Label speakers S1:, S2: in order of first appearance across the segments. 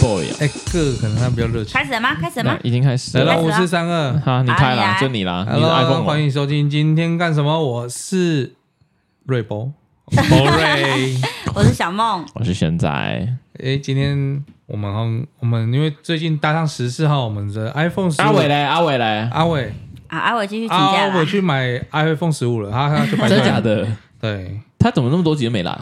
S1: boy 啊。
S2: 哎，个可能他比较热情。
S3: 开始了吗？
S1: 嗯
S3: 开始了吗
S1: 那？已经开始
S2: 来
S1: 了
S2: 了，，我是三二
S1: 好，你
S3: 好
S1: 开
S3: 你
S1: 啦，
S3: 来
S1: 就你啦，你是
S2: ，Hello，
S1: iPhone 王
S2: 欢迎收听今天干什么？我是瑞博，博瑞。
S3: 我是小梦，
S1: 我是玄仔。
S2: 哎，今天我们好像我们因为最近搭上十四号，我们的 iPhone 十
S1: 阿伟嘞，阿伟嘞，
S2: 阿伟，
S3: 啊，阿伟继续请假
S2: 阿
S3: 啦
S2: 伟。去买 iPhone 十五了，他他去买，
S1: 真的假？的？
S2: 对，
S1: 他怎么那么多集都没来？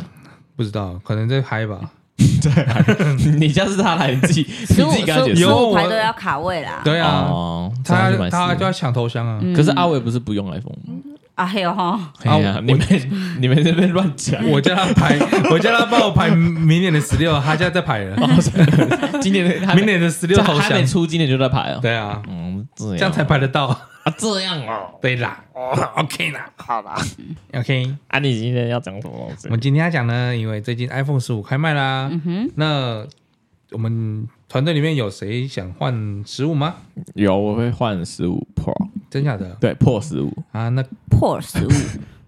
S2: 不知道，可能在拍吧。
S1: 你下次他来，你自 己你
S3: 十五
S1: 自己跟他解
S3: 十
S1: 释
S2: 有。
S3: 五
S2: 我
S3: 排队要卡位啦。
S2: 对啊，
S1: 哦，
S2: 他
S1: 这样就蛮
S2: 他
S1: 失
S2: 就要抢头香啊。
S3: 嗯
S1: 可是阿伟不是不用 iPhone 吗？
S3: 啊，还有哈，
S1: 哎呀，你们你们这 边乱讲，
S2: 我叫他排， 我叫他帮我排明年的十六，他现在在排了，
S1: 今年哦的还没
S2: 明年的十六
S1: 这
S2: 头
S1: 还
S2: 香
S1: 没。出，今年就在排啊。
S2: 对啊，
S1: 嗯，这样
S2: 这样才排得到。
S1: 啊，这样哦。
S2: 对啦，OK 啦
S1: 好啦，
S2: ，OK。
S1: 啊，你今天要讲什么东西
S2: 我？们今天要讲呢，因为最近 iPhone 十五开卖啦，
S3: 嗯哼，
S2: 那我们团队里面有谁想换十五吗？
S1: 有，我会换十五 Pro，
S2: 真假的
S1: 对破十五
S2: 啊？那
S3: 破十五，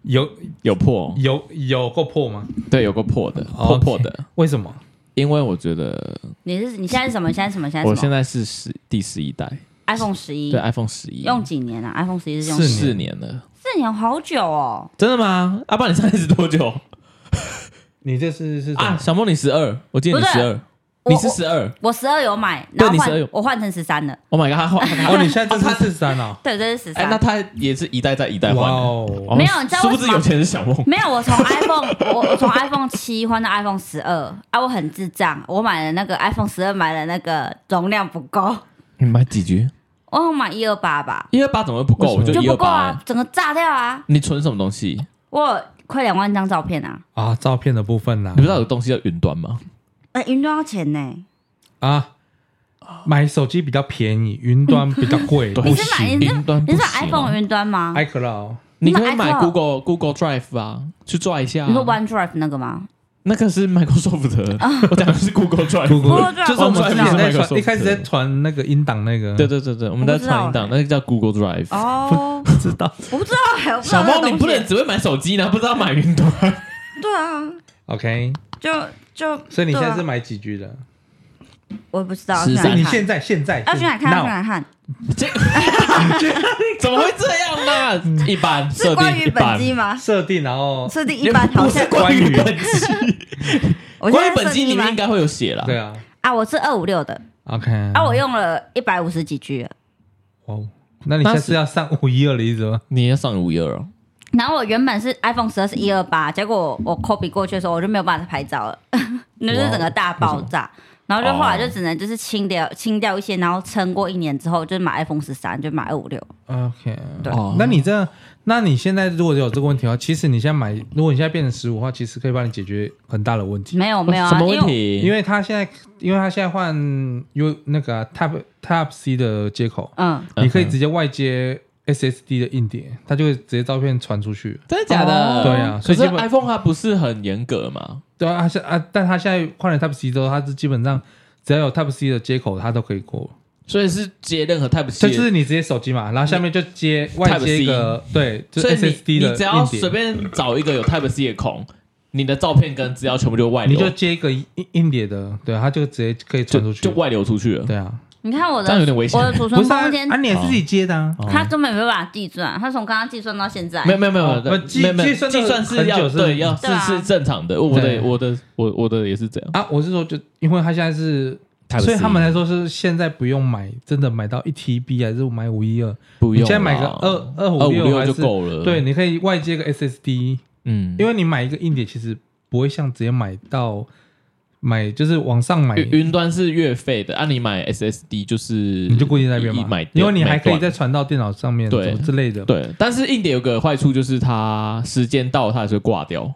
S2: 有
S1: 有破，
S2: 有有够破吗？
S1: 对，有个破的，
S2: 哦
S1: 破破的，
S2: 为什么？
S1: 因为我觉得
S3: 你是你现在是什么？现在是什么？现在
S1: 我
S3: 是什
S1: 现
S3: 么
S1: 在是十第十一代，
S3: ？iPhone 十一
S1: 对 iPhone 十一，
S3: 用几年啊？iPhone 十一是用
S2: 四年
S1: 四年了，
S3: 四年，好久哦。
S1: 真的吗？阿爸，你上一次多久
S2: 你这是是
S1: 啊？
S2: 啊？
S1: 小梦，你十二，我记得你
S3: 不
S1: 十
S3: 对
S1: 二，
S3: 我
S1: 你是十二
S3: 我十二有买，
S1: 对
S3: 然后
S1: 你12有
S3: 换我换成十三了。
S1: ，Oh my god，他换他
S2: 哦，你现在这是四十三哦。
S3: 对，这是十
S1: 哎，
S3: 三
S1: 那。他也是一代再一代换
S2: 哇
S1: 的，
S2: 哦，
S1: 哦
S3: 没有你知道
S1: 殊不
S3: 为什
S1: 知
S3: 么
S1: 有钱人是小梦，
S3: 没有，我从 iPhone 我我从 iPhone 七换到 iPhone 十二啊，我很智障，我买了那个 iPhone 十二，买了那个容量不够，
S1: 你买几 G？
S3: 我好像买一二八吧，
S1: 一二八怎么会不够？我
S2: 为什么
S3: 就
S1: 一
S3: 不
S1: 二
S3: 够
S1: 八
S3: 啊，，整个炸掉啊！
S1: 你存什么东西？
S3: 我有快两万张照片啊，
S2: 啊，照片的部分啦，
S1: 你不知道有东西叫云端吗？
S3: 呃，云端要钱呢、
S2: 啊？买手机比较便宜，云端比较贵，
S1: 对
S2: 不
S3: 你是买
S2: 行
S3: 你。是
S1: 云端不
S3: 你是买
S1: 行啊哎
S3: iPhone 云端吗？
S2: iCloud
S1: 你
S3: 你
S1: 可
S3: 买
S1: 以买
S3: iCloud
S1: Google Google Drive 啊，去抓一下啊。
S3: 你说 OneDrive 那个吗？
S1: 那个是 Microsoft 的，我讲的是 Google Drive。
S2: Google，
S3: 啊 Drive
S2: 哦就是我们之前在
S1: Microsoft
S2: 传，一开始在传那个音档那个，
S1: 对对对对，我们在
S3: 嗯我不知道欸
S1: 传一档，那个叫 Google Drive。
S3: 哦，
S2: 不知道。
S3: 我不知道哎，我不知
S1: 小
S3: 道
S1: 猫，
S3: 那个
S1: 你不
S3: 东
S1: 能
S3: 西。
S1: 只会买手机，然后不知道买云端。
S3: 对啊，
S2: OK，
S3: 就就
S2: 所以你现在是
S3: 对啊
S2: 买几 G 的？
S3: 我不知道，
S1: 13
S3: 要
S2: 所
S3: 去
S2: 以你
S3: 哪里
S2: 现在现在
S3: 看要去哪里啊看？
S2: now
S3: 要去哪里看？
S1: 这怎么会这样呢？一般
S3: 是
S1: 设
S3: 关
S1: 定
S3: 于
S1: 一
S3: 本
S1: 般，
S3: 机吗？
S2: 设定，然后
S3: 设定一般好
S1: 不是
S3: 像，
S1: 关于
S2: 关于
S1: 本机，
S3: 我
S1: 关于
S3: 现在
S1: 本
S3: 设
S1: 机
S3: 定
S1: 里
S3: 一
S1: 面
S3: 般
S1: 应该会有写啦。
S2: 对啊
S3: 啊，我是二五六的，
S2: ，OK，
S3: 啊，我用了一百五十几 G 了。
S2: 哦，那你下次要上五一二的意思吗？
S1: 你要上五一二哦。
S3: 然后我原本是 iPhone 十二是一二八，结果我 copy 过去的时候，我就没有办法拍照了， 那就是整个大爆炸。然后就后来就只能就是清掉清掉一些，然后撑过一年之后，就买 iPhone 十三，就买二五六。
S2: OK，
S3: 对
S1: 哦
S2: 那你这样，那你现在如果有这个问题的话，其实你现在买，如果你现在变成十五的话，其实可以帮你解决很大的问题，
S3: 没有没有
S1: 哦什
S3: 啊，
S1: 么
S3: 因
S1: 问
S3: 为
S1: 题？
S2: 因为他现在，因为他现在换 U 那个啊 Type Type C 的接口，
S3: 嗯，
S1: 嗯
S2: 你可以直接外接 SSD 的硬碟，它就会直接照片传出去。
S1: 真的假的？
S3: 哦
S2: 对啊
S1: 可
S2: 所以
S1: 是
S2: 基本
S1: iPhone 它不是很严格嘛？
S2: 对啊，它现啊，但他现在换了 Type C 之后，它是基本上只要有 Type C 的接口，它都可以过。
S1: 所以是接任何 Type
S2: 就
S1: C 的
S2: 是你直接手机嘛，然后下面就接外接一个对，就
S1: 所以
S2: 是
S1: 你
S2: SSD 的
S1: 你只要
S2: 硬
S1: 随
S2: 碟，
S1: 便找一个有 Type C 的孔，你的照片跟资料全部就外
S2: 你
S1: 流，
S2: 就接一个硬硬碟的，对，它就直接可以传出
S1: 就
S2: 去
S1: 就。外流出去了。
S2: 对啊，
S3: 你看我
S1: 这
S3: 的
S1: 样有点危险
S3: 我的储
S2: 不
S3: 存
S2: 是啊
S3: 空间，，
S2: 啊你也是自己接的啊，
S1: 哦
S3: 它根本没办法计算，它从刚刚计算到现在
S1: 没。有没有没有，
S2: 哦
S1: 对
S2: 计
S1: 没有没有
S2: 计算
S1: 计算
S2: 很
S1: 是
S2: 久
S1: 要
S2: 是
S1: 对要是
S3: 对啊
S1: 是正常的，我的
S2: 对
S1: 我的我我的也是这样。
S2: 啊，我是说就因为它现在是。
S1: Type C
S2: 所以他们来说是现在不用买，真的买到一 TB 还是买五一二？
S1: 不
S2: 你
S1: 用啦，
S2: 现在买个二二
S1: 二
S2: 五
S1: 五
S2: 六
S1: 六
S2: 还
S1: 就是够了。
S2: 对，，你可以外接个 SSD，
S1: 嗯，
S2: 因为你买一个硬碟其实不会像直接买到买就是往上买
S1: 云云端是月费的，啊，你买 SSD 就是
S2: 你就固定在那边
S1: 一
S2: 嘛，
S1: 一买，
S2: 因为你还可以
S1: 买断
S2: 再传到电脑上面，
S1: 对
S2: 什么之类的。
S1: 对，但是硬碟有个坏处就是它时间到它还是会挂掉，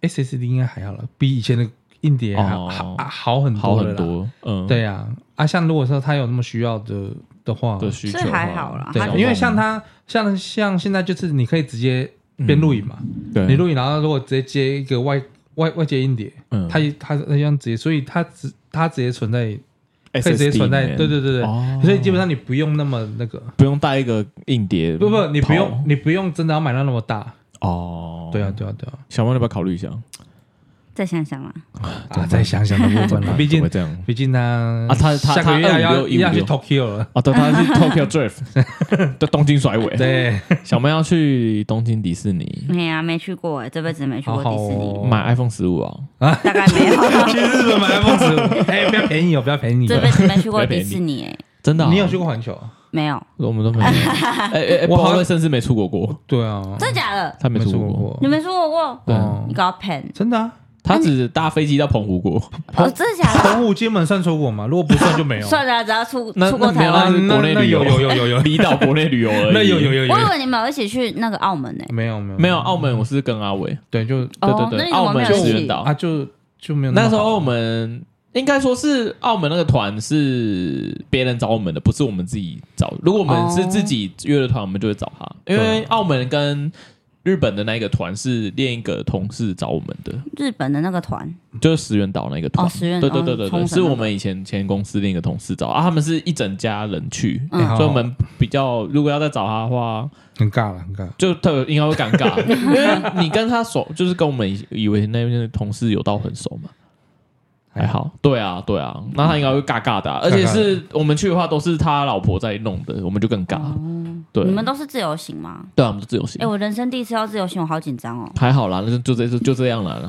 S2: ，SSD 应该还好了，比以前的硬碟还
S1: 哦
S2: 好啊好很
S1: 好
S2: 多了
S1: 很
S2: 啦。
S1: 多。嗯，
S2: 对呀，啊，像如果说他有那么需要的的话，
S1: 的需求
S3: 是
S1: 的话
S3: 还好啦
S2: 对
S3: 它，就
S2: 因为像他像像现在就是你可以直接边录影嘛，
S1: 嗯对
S2: 你录影然后如果直接接一个外外外接硬碟，
S1: 嗯
S2: 它它它这样直接，所以它直它直接存在，可以直接
S1: SSD
S2: 存在
S1: 里，面
S2: 对对对
S1: 哦
S2: 对，所以基本上你不用那么那个，
S1: 不用带一个硬碟跑，
S2: 不不，你不用你不用真的要买到那么大，
S1: 哦。
S2: 对啊，对啊对啊。
S1: 小猫要不要考虑一下？
S3: 再想想啦。
S2: 啊，再想想的部 分了，毕
S1: 怎
S2: 竟
S1: 么这样
S2: 毕竟他
S1: 啊他他
S2: 下个月
S1: 他
S2: 要要
S1: 156
S2: 要去 Tokyo 了，
S1: 哦，对，他 是 Tokyo Drift 的东京甩尾。，
S2: 对，
S1: 小妹要去东京迪士尼
S3: 没啊，没去过哎，这辈子没去
S2: 好
S3: 过迪
S2: 好
S3: 士尼，
S2: 哦，
S1: 买 iPhone 十五哦，
S3: 大概没 有，
S2: 去日本买 iPhone 十 哎，不要便宜哦，不要便宜
S3: 这
S2: 哦，
S3: 辈子没去过迪士尼哎，
S1: 真的哦？
S2: 你有去过环球？
S3: 没有，
S1: 我们都 没有。哎哎哎，我
S2: 我好像
S1: 好像甚至没出国过，
S2: 对啊，
S3: 真假的？
S1: 他没
S2: 没
S1: 出
S2: 出
S1: 国过，
S2: 过
S3: 你，没出过过？
S1: 对
S2: 哦
S3: 你搞骗？
S2: 真的啊。
S1: 他只搭飞机到澎湖 过。
S3: 哦，真的假的？
S2: 澎湖、金门算出国吗？如果不算就没有。
S3: 算了啊，只要出
S1: 那
S3: 出过
S1: 那没
S3: 台
S1: 有
S2: 啊
S1: 啦
S3: 湾，
S1: 是国内
S2: 那
S1: 旅游
S2: 有有有 有有，
S1: 离岛国内旅游而已。
S2: 那有有有有
S3: 我以为你们有一起去那个澳门呢。
S2: 没有没有
S1: 没有澳门，我是跟阿伟，
S2: 对就
S1: 对
S3: 哦，
S1: 对
S3: 那
S1: 对，
S3: 你怎
S1: 澳
S3: 么没
S1: 门
S3: 有
S1: 石原
S3: 去？
S1: 岛
S2: 啊就就没有
S1: 那时
S2: 么好
S1: 候我们应该说是澳门那个团是别人找我们的，不是我们自己找的。如果我们是
S3: 哦
S1: 自己约的团，我们就会找他，因为澳门跟日本的那个团是另一个同事找我们的，
S3: 日本的那个团
S1: 就是石原岛那个团。
S3: 哦石原
S1: 对对
S3: 哦
S1: 对对
S3: 冲
S1: 对，是
S3: 绳那
S1: 我
S3: 个
S1: 们以前前公司另一个同事找啊，他们是一整家人去，
S3: 嗯
S2: 哎好
S1: 所以我们比较如果要再找他的话，
S2: 很尬了，很尬。
S1: 就特应该会尴尬， 因为你跟他熟，就是跟我们以以为那边的同事有到很熟嘛，还好。对啊，对啊，那他应该会尬尬的啊、而且是我们去的话都是他老婆在弄的，我们就更尬。对，
S3: 哦你们都是自由行吗？
S1: 对啊，我们就自由行
S3: 哎、，我人生第一次要自由行，我好紧张哦。
S1: 还好啦，那就就这就就这样啦。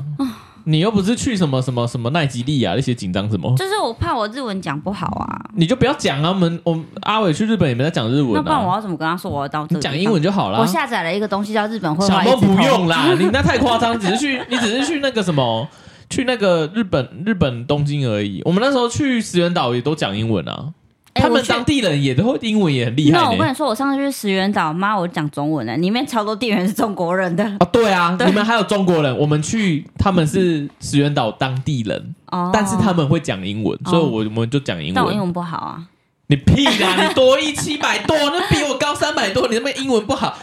S1: 你又不是去什么什么什么奈吉利啊亚那些紧张什么，
S3: 就是我怕我日文讲不好啊，
S1: 你就不要讲啊。我们我们阿伟去日本也没在讲日
S3: 那
S1: 文
S3: 不然我
S1: 啊，
S3: 要怎么跟他说我要到
S1: 你
S3: 这个地方
S1: 讲英文就好啦。啊
S3: 我下载了一个东西叫日本绘
S1: 小
S3: 画一
S1: 猫
S3: 直通，
S1: 不用 啦，你那太夸张，只是去你只是去那个什么，去那个日本日本东京而已。我们那时候去石原岛也都讲英文啊，
S3: 哎
S1: 他
S3: 我
S1: 们
S3: 去
S1: 当地人也都英文也很厉害
S3: 那我跟
S1: 呢。
S3: 你说，我上次去石原岛，妈，我讲中文呢，里面超多店员是中国人的
S1: 啊，对啊，你们还有中国人，我们去他们是石原岛当地人，
S3: 哦。
S1: 但是他，们会讲英文，
S3: 哦
S1: 所以我我们就讲英
S3: 但我英
S1: 文。
S3: 文不好啊。
S1: 你屁啦，你多一七百多， 那比我高三百多，你他妈英文不好。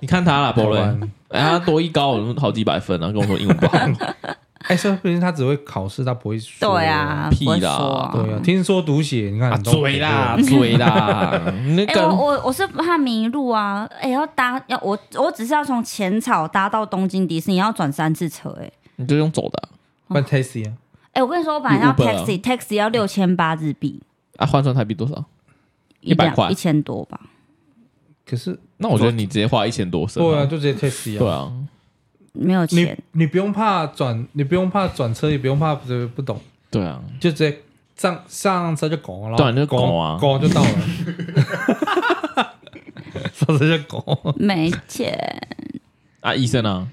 S1: 你看他啦，博伦，哎，他多一高，我好几百分啊，跟我说英文不好，
S2: 哎，说不定他只会考试，他不会说。
S3: 对啊，
S1: 屁啦
S3: 不会说
S2: 对啊，听说读写，你看
S1: 啊，
S2: 很多
S1: 嘴啦，
S3: 嗯
S1: 嘴 啦， 那
S3: 哎、
S1: 个
S3: 我我我是怕迷路啊！哎、要搭要我我只是要从浅草搭到东京迪士尼，要转三次车、哎
S1: 你就用走的啊
S2: 换 taxi 啊，
S3: 哎、我跟你说，我本来要
S1: 你 Uber 啊
S3: taxi taxi 要六千八日币，
S1: 啊，换算台币多少？
S3: 一
S1: 100
S3: 两
S1: 块
S3: 一千多吧。
S2: 可是
S1: 那我觉得你直接花一千多是吧
S2: 对啊，，就直接 taxi
S1: 对
S2: 啊。
S1: 啊，
S3: 没有
S2: 你
S3: 钱，
S2: 你不用怕转，你不用怕转车，也不用怕不不懂，
S1: 对啊，
S2: 就直接上上车就拱了，
S1: 对啊你就拱啊
S2: 拱就到了， 上车就拱，
S3: 没钱，
S1: 啊，医生啊，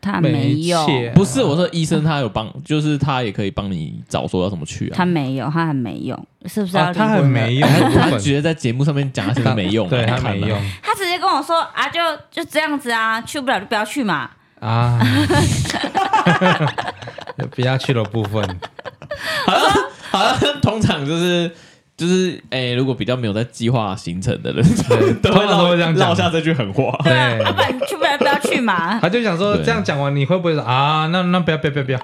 S3: 他没有，
S2: 钱
S1: 不是我说医生他有帮，就是他也可以帮你找说要怎么去
S3: 他
S1: 啊。
S3: 没有，他很没用，是不是要
S2: 啊
S3: 离
S2: 他
S3: 婚了？
S2: 很没用，
S1: 他觉得在节目上面讲那些都没用啊，
S2: 对他
S1: 看啊
S2: 没用。
S3: 他直接跟我说啊，就就这样子啊，去不了就不要去嘛。
S2: 啊， 不要去的部分，
S1: 好像通常就是就是，哎，如果比较没有在计划行程的人，都会
S2: 通常都
S1: 落
S2: 会这样讲
S1: 落下这句狠话。
S3: 对啊，
S2: 对
S3: 老板去不了就不要去嘛。
S2: 他就想说
S1: 对
S2: 这样讲完，你会不会说啊？那那不要不要不要不要，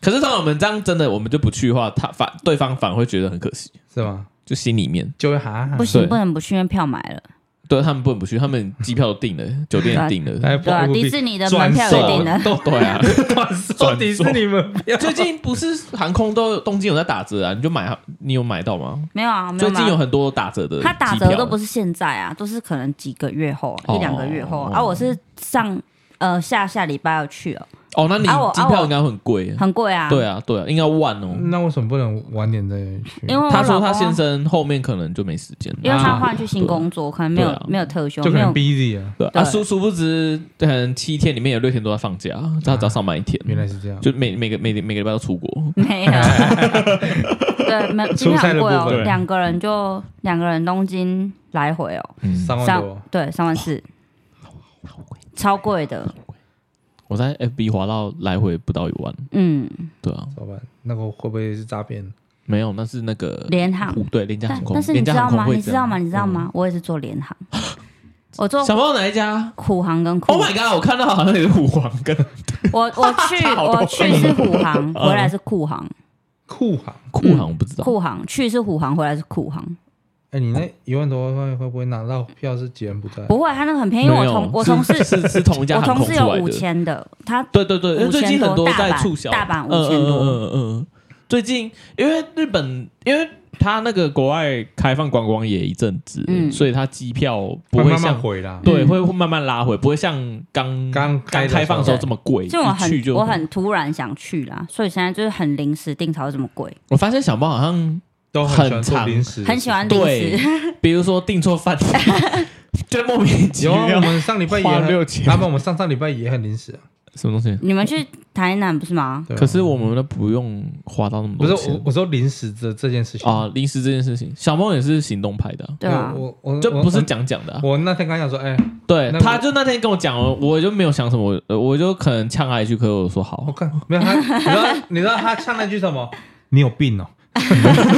S1: 可是当我们这样真的我们就不去的话，他反对方反而会觉得很可惜，
S2: 是吗？
S1: 就心里面。
S2: 就会啊哈，
S3: 不
S1: 对
S3: 行，不能不去，因为票买了。
S1: 对他们不能不去，他们机票都订 了，酒店也订了，
S2: 哎
S3: 对啊，
S2: 不
S3: 迪士尼的门票
S2: 转
S3: 也
S2: 售
S3: 定了。
S1: 都 对啊。
S2: 转
S1: 转
S2: 说迪士尼门票，
S1: 最近不是航空都有东京有在打折啊，你就买，你有买到吗？
S3: 没有啊，没
S1: 最
S3: 有
S1: 近有
S3: 嘛。
S1: 很多打折的机票，
S3: 他打折都不是现在啊，都是可能几个月后，
S1: 哦
S3: 一两个月后啊。我是上呃下下礼拜要去哦，
S1: 哦，那你
S3: 啊我
S1: 机票应该很贵，
S3: 很贵啊。
S1: 对啊，对啊，应该万哦。
S2: 那为什么不能晚点再去？
S3: 因为我
S1: 他说
S3: 老公
S1: 他
S3: 啊
S1: 先，生后面可能就没时间了，
S3: 因为他
S2: 啊
S3: 换去新工作，可能没
S1: 对啊
S3: 有没有特休，
S2: 就可
S3: 没有
S2: 能 busy 啊，
S1: 对啊，
S3: 对
S1: 殊殊不知，可能七天里面有六天都在放假，他只要上班一天，
S2: 啊原来是这样，
S1: 就每每个每每个礼拜都出国，
S3: 没有，对，没机票
S2: 出
S3: 很贵
S2: 差的部
S3: 哦
S2: 分，
S3: 两个人就两个人东京来回哦，
S1: 嗯
S2: 三万
S3: 三
S2: 多，
S3: 对三万四，超贵的，
S1: 我在 FB 滑到来回不到一万，
S3: 嗯，
S1: 对啊，
S2: 怎么办？那个会不会是诈骗？
S1: 没有，那是那个
S3: 联航
S1: 对廉价
S3: 但
S1: 航空，
S3: 但是你
S1: 廉
S3: 知
S1: 价
S3: 道
S1: 航空
S3: 吗？
S1: 会
S3: 你知
S1: 这样嗯
S3: 道吗？你知道吗？我也是做 联航，我做
S1: 小朋友哪一家
S3: 虎航跟酷
S1: ？Oh，my god！我看到好像有虎皇跟
S3: 我我 去
S1: 好多嗯
S3: 我去是虎航，回来是酷航，
S2: 酷航，
S1: 酷航，我不知道。
S3: 酷航去是虎航，回来是酷航，
S2: 哎，你那一万多块会不会拿到票是几人不在？
S3: 不会，啊他那个很便
S1: 没
S3: 宜。
S1: 有，
S3: 我同我
S1: 是
S3: 同事，
S1: 是是同一家
S3: 我
S1: 航
S3: 同
S1: 空出
S3: 事有
S1: 来
S3: 五
S1: 的。
S3: 千的，他
S1: 对对对，因为最近很多在促销，
S3: 大阪大阪5000多
S1: 嗯嗯嗯嗯嗯。最近因为日本，因为它那个国外开放观光也一阵子，
S3: 嗯
S1: 所以它机票不
S2: 会
S1: 会
S2: 慢
S1: 像
S2: 慢回啦。
S1: 对
S3: 嗯
S1: 会会慢慢拉回，不会像刚
S2: 刚
S1: 刚
S2: 开
S1: 开放的时
S2: 的时
S1: 候
S2: 候
S1: 这么贵，
S3: 就我
S1: 一去
S3: 很
S1: 就
S3: 我很突然想去啦，所以现在就是很临时订才会这么贵，
S1: 我发现小猫好像
S2: 都
S1: 很
S2: 喜欢做
S1: 长
S2: 零食，
S3: 很喜欢临
S1: 对
S3: 时。，
S1: 比如说订错饭 店，就莫名其
S2: 有啊，我
S1: 妙
S2: 们上礼拜也
S1: 花
S2: 很，啊
S1: 六千，
S2: 老板，我们上上礼拜也很临时啊。
S1: 什么东西？
S3: 你们去台南不是吗？
S2: 对啊
S1: 可是我们都不用花到那么
S2: 不
S1: 多
S2: 是
S1: 钱。
S2: 我，我说临时的这件事情
S1: 啊，，零食这件事情，小猫也是行动派的啊、
S3: 对啊，
S2: 我我我
S1: 这不是
S2: 我
S1: 讲讲的啊、
S2: 我那天刚想说，哎，
S1: 对，
S2: 那我
S1: 他就那天跟我讲，我我就没有想什么，我我就可能呛他一句，可是我说
S2: 我
S1: 好，
S2: 看没有他，你知道你知道他呛那句什么？你有病哦！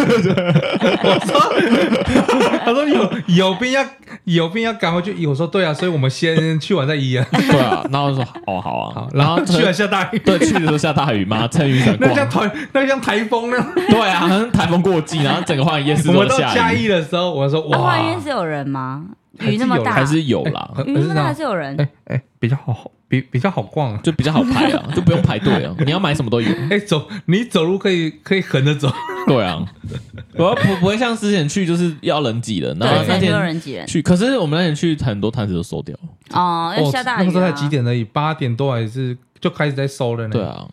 S2: 我说，他说有有病要有病要赶回去医。我说对啊，所以我们先去完再医啊。
S1: 对啊，然后我就说 哦好啊，
S2: 好，
S1: 然
S2: 然
S1: 后
S2: 后
S1: 可
S2: 去
S1: 能
S2: 完下大雨，
S1: 对去的时候下大雨嘛，撑雨伞
S2: 那像
S1: 逛，
S2: 台那像台风呢。
S1: 对啊，好像台风过境，然后整个花园夜市
S2: 我
S1: 都
S2: 们
S1: 在
S2: 到嘉
S1: 下雨，
S2: 义的时候，我说
S3: 那花
S2: 哇，
S3: 园是有人吗？雨那
S2: 还是
S3: 么
S2: 有
S3: 大，
S1: 还是有 啦，
S2: 可
S3: 雨
S2: 可
S3: 那
S2: 是
S3: 么
S2: 那
S3: 大还是有人。
S2: 哎哎比较好比比较好逛啊。
S1: 就比较好排啊，就不用排队啊，你要买什么都有，
S2: 哎，走，你走路可以可以横着走，
S1: 对啊，我不不会像之前去就是要人挤人，然后
S3: 对，
S1: 那
S3: 人多
S1: 天
S3: 人挤人
S1: 去，可是我们那天去很多摊子都收掉，
S3: 哦，要
S2: 哦
S3: 下大
S2: 那
S3: 雨
S2: 个时候才
S3: 啊，
S2: 几点而已，八点多还是就开始在收了呢。
S1: 对啊，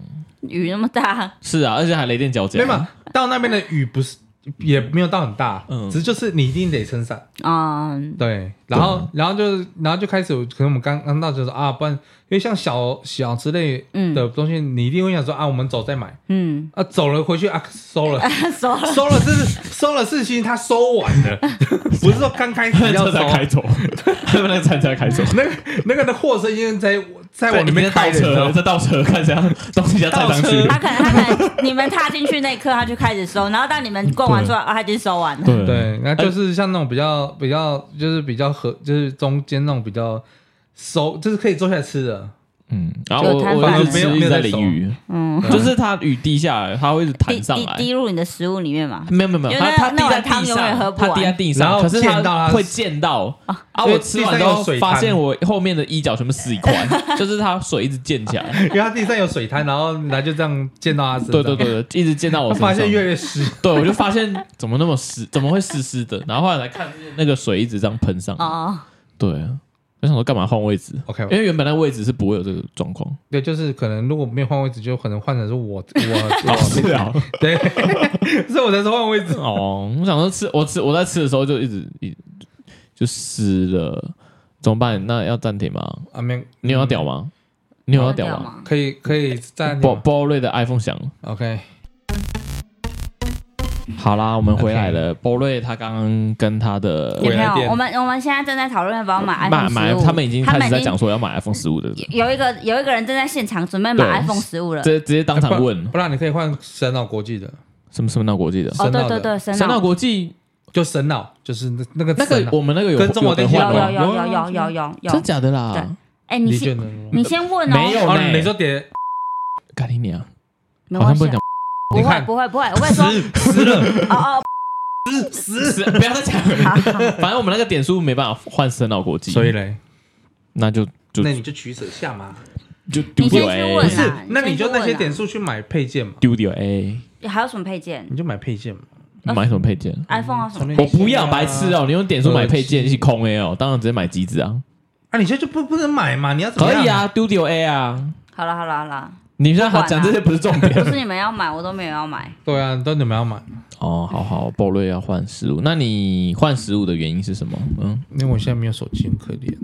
S3: 雨那么大，
S1: 是啊，而且还雷电交加，
S2: 没嘛，到那边的雨不是也没有到很大，
S1: 嗯
S2: 只是就是你一定得撑伞。
S3: 嗯，
S2: 对，然后然后就是然后就开始，可能我们刚刚到就说啊，不然因为像小小之类的东西，你一定会想说啊，我们走再买
S3: 嗯，
S2: 啊，走了回去啊收了。
S3: 收了。
S2: 收了是收了事情，他收完了， 不是说刚开始要
S1: 车
S2: 收
S1: 才，开走，他们那个餐才开走。
S2: 那个那个的货车因为在在
S1: 对
S2: 往里面
S1: 已
S2: 开的，
S1: 经
S2: 你
S1: 在
S2: 知
S1: 倒
S2: 道
S1: 车，在倒车，
S2: 吗
S1: 看谁要东西要载上去。
S3: 他可能他可能你们踏进去那一刻，他就开始收，然后当你们逛完之后，啊，他已经收完了。
S1: 对，
S2: 对，那就是像那种比较比较，就是比较和，就是中间那种比较熟，就是可以坐下来吃的。
S1: 嗯，然后我
S3: 有摊
S1: 我
S3: 贩
S1: 一直吃，
S2: 没有
S1: 一直在
S2: 没有在
S1: 淋雨，
S3: 嗯，
S2: 对
S1: 就是它雨滴下来，它会一直
S3: 滴
S1: 弹上
S3: 滴
S1: 来。
S3: 滴入你的食物里面嘛。
S1: 没有没有没有，
S3: 因为
S1: 它
S3: 那
S1: 它滴
S3: 那
S1: 在
S3: 碗
S1: 地
S3: 汤永远喝
S1: 上，
S3: 不完哦
S1: 它滴在地上，
S2: 然后
S1: 可是它
S2: 溅到它
S1: 会溅到啊！
S2: 因为
S1: 我吃完之
S2: 地上
S1: 后
S2: 有水
S1: 发
S2: 滩
S1: 现我后面的衣角全部湿一 块，就是它水一直溅起来。
S2: 因为它地上有水滩，然后他就这样溅到他身
S1: 对
S2: 上。
S1: 对，对对，一直溅到我
S2: 我
S1: 身上。
S2: 发现越来越湿。
S1: 对，我就发现怎么那么湿，怎么会湿湿的？然后后来来看那个水一直这样喷上来。
S3: 哦，
S1: 对，啊我想说干嘛换位置？
S2: OK，
S1: 因为原本那个位置是不会有这个状况。
S2: 对，就是可能如果没有换位置，就可能换成是我 我
S1: 哦，
S2: 我
S1: 是啊，
S2: 对，所以我才说换位置。
S1: 哦，我想说吃，我吃我在吃的时候就一直一就湿了，怎么办？那要暂停吗？
S2: 啊，没
S1: 你有要屌吗？你有要屌吗？
S3: 吗？
S2: 可以可以暂
S1: 宝
S2: 停吗。
S1: 宝瑞的 iPhone 响了。
S2: OK，
S1: 好啦，我们回来了。宝瑞他刚刚跟他的
S3: 有
S2: 回
S3: 没
S2: 来
S3: 有？
S2: 电
S3: 我们我们现在正在讨论要不要买
S1: 买
S3: iPhone
S1: 买
S3: 十，五，
S1: 他们已经开始在讲说要买 iPhone 十五的，
S3: 有一个有一个人正在现场准备
S1: 对
S3: 买 iPhone 十五了。
S1: 直直接当场问
S2: 不然你可以换神脑国际的，
S1: 什么什么闹国际的。
S3: 哦，
S2: 神
S3: 对
S2: 脑的
S3: 对对，神
S1: 神
S3: 脑
S1: 道国际
S2: 就神脑，就是那那个
S1: 那
S2: 神
S1: 个
S2: 脑
S1: 我们那个有
S2: 跟中国
S1: 有得
S2: 电信
S3: 有
S1: 换
S2: 一
S3: 有
S1: 吗？
S2: 样
S3: 有有有有有有
S1: 真。假的啦？
S3: 哎，你
S2: 你觉
S3: 先
S2: 得呢？
S3: 你先问哦，
S1: 没有
S2: 哦，
S1: 呢
S2: 你说点
S1: 干你娘！
S3: 没
S1: 好
S3: 关
S1: 像不能讲
S3: 系啊，不
S2: 你
S3: 会
S2: 看
S3: 不会不会，我跟你说，
S2: 湿了，
S3: 哦哦，
S1: 是不要再讲了。 反正我们那个点数没办法换深奥国际，
S2: 所以嘞，
S1: 那就就
S2: 那你就取舍下嘛，
S1: 就丢
S3: 你先
S1: 掉
S3: 去
S1: A，
S3: 问
S1: 不
S2: 不
S3: 啊
S1: 是
S2: 是？那
S3: 你
S2: 你
S3: 先
S2: 就
S3: 去问
S2: 那些
S3: 啊
S2: 点数去买配件嘛，
S1: 丢掉 A，
S3: 还有什么配件
S2: 你就买配件嘛。
S1: 买什么配件？
S3: ？iPhone 啊什么配
S1: 啊我
S3: 件？
S1: 不要白痴哦！你用点数买配件
S2: 耳机
S1: 是空 A 哦，当然直接买机子啊，
S2: 啊，你现在就不不能买嘛？你要怎么
S1: 可
S2: 样？
S1: 以啊，丢掉 A 啊。
S3: 好了好了好了，
S1: 你让
S3: 不
S1: 他
S3: 管啊
S1: 讲这些不是重
S3: 不
S1: 点
S3: 是你们要买，我都没有要买。
S2: 对啊，都你们要买，
S1: 哦。好好，鲍瑞要换十五，那你换十五的原因是什么？嗯，
S2: 因为我现在没有手机，很可怜。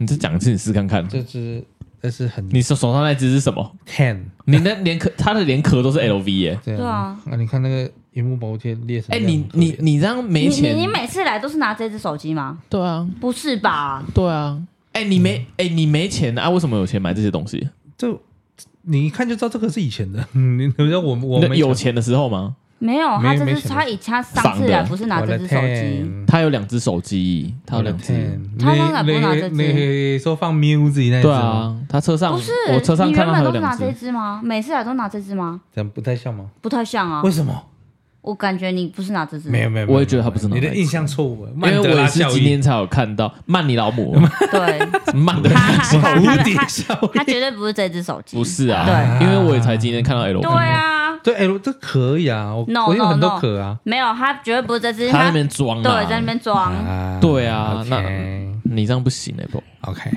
S1: 你再讲一次，你试看看。
S2: 这只这是很
S1: 你手手上那只是什么？
S2: ten
S1: 你那连壳，它的连壳都是 LV 耶。
S2: 这样
S3: 对啊，
S2: 你看那个荧幕保护贴裂成
S1: 哎，
S2: 这样
S1: 你
S2: 很可
S1: 你
S2: 怜
S1: 你这样没
S3: 你你
S1: 钱？
S3: 你每次来都是拿这只手机吗？
S1: 对啊，
S3: 不是吧？
S1: 对啊，哎、你没哎、你没钱啊？为什么有钱买这些东西？
S2: 这你一看就知道这个是以前的，嗯你你知道我我
S1: 那
S2: 没
S1: 有钱的时候吗？
S3: 没有，
S2: 没
S3: 他这
S2: 没
S3: 只
S2: 什么
S3: 他以前他上次来不是拿
S2: 我
S3: 这
S2: 的
S3: 只手机，
S2: 10
S1: 他有两只手机，他有
S2: 我的
S1: 两只。
S2: ten，
S3: 他当然不拿这只
S2: 那那说放 music 嗯那一只
S1: 对
S2: 吗，
S1: 啊，他车上
S3: 不是
S1: 我车上
S3: 你
S1: 看
S3: 原
S1: 到他有
S3: 本都是拿
S1: 两
S3: 这
S1: 只。
S3: 只吗？每次来都拿这只吗？
S2: 这样不太像吗？
S3: 不太像啊
S2: 为，什么？
S3: 我感觉你不是拿这只，
S2: 没有没有，没有
S1: 我也觉得他不是
S2: 你
S1: 男
S2: 的
S1: 孩
S2: 印象错误了。啊
S1: 因为
S2: 曼
S1: 我
S2: 德
S1: 也
S2: 拉
S1: 是
S2: 效
S1: 今
S2: 应，
S1: 天才有看到曼尼老母，啊
S3: 对，
S1: 曼德
S3: 他
S1: 拉
S3: 他他他
S2: 无敌
S3: 他
S2: 效
S3: 他
S2: 应。
S3: 绝对不是这只手机，
S1: 不是啊，
S3: 对
S1: 因为我也才今天看到 L，
S3: 对，啊，
S2: 对，哎，这可以啊，我
S3: No,
S2: 我有很
S3: no,
S2: 多
S3: no
S2: 壳啊。
S3: 没有，他绝对不是这只，
S1: 他在那边装啊，
S3: 对在那边装，
S2: 啊嗯
S1: 对啊，那
S2: OK，
S1: 你这样不行哎、不，
S2: OK，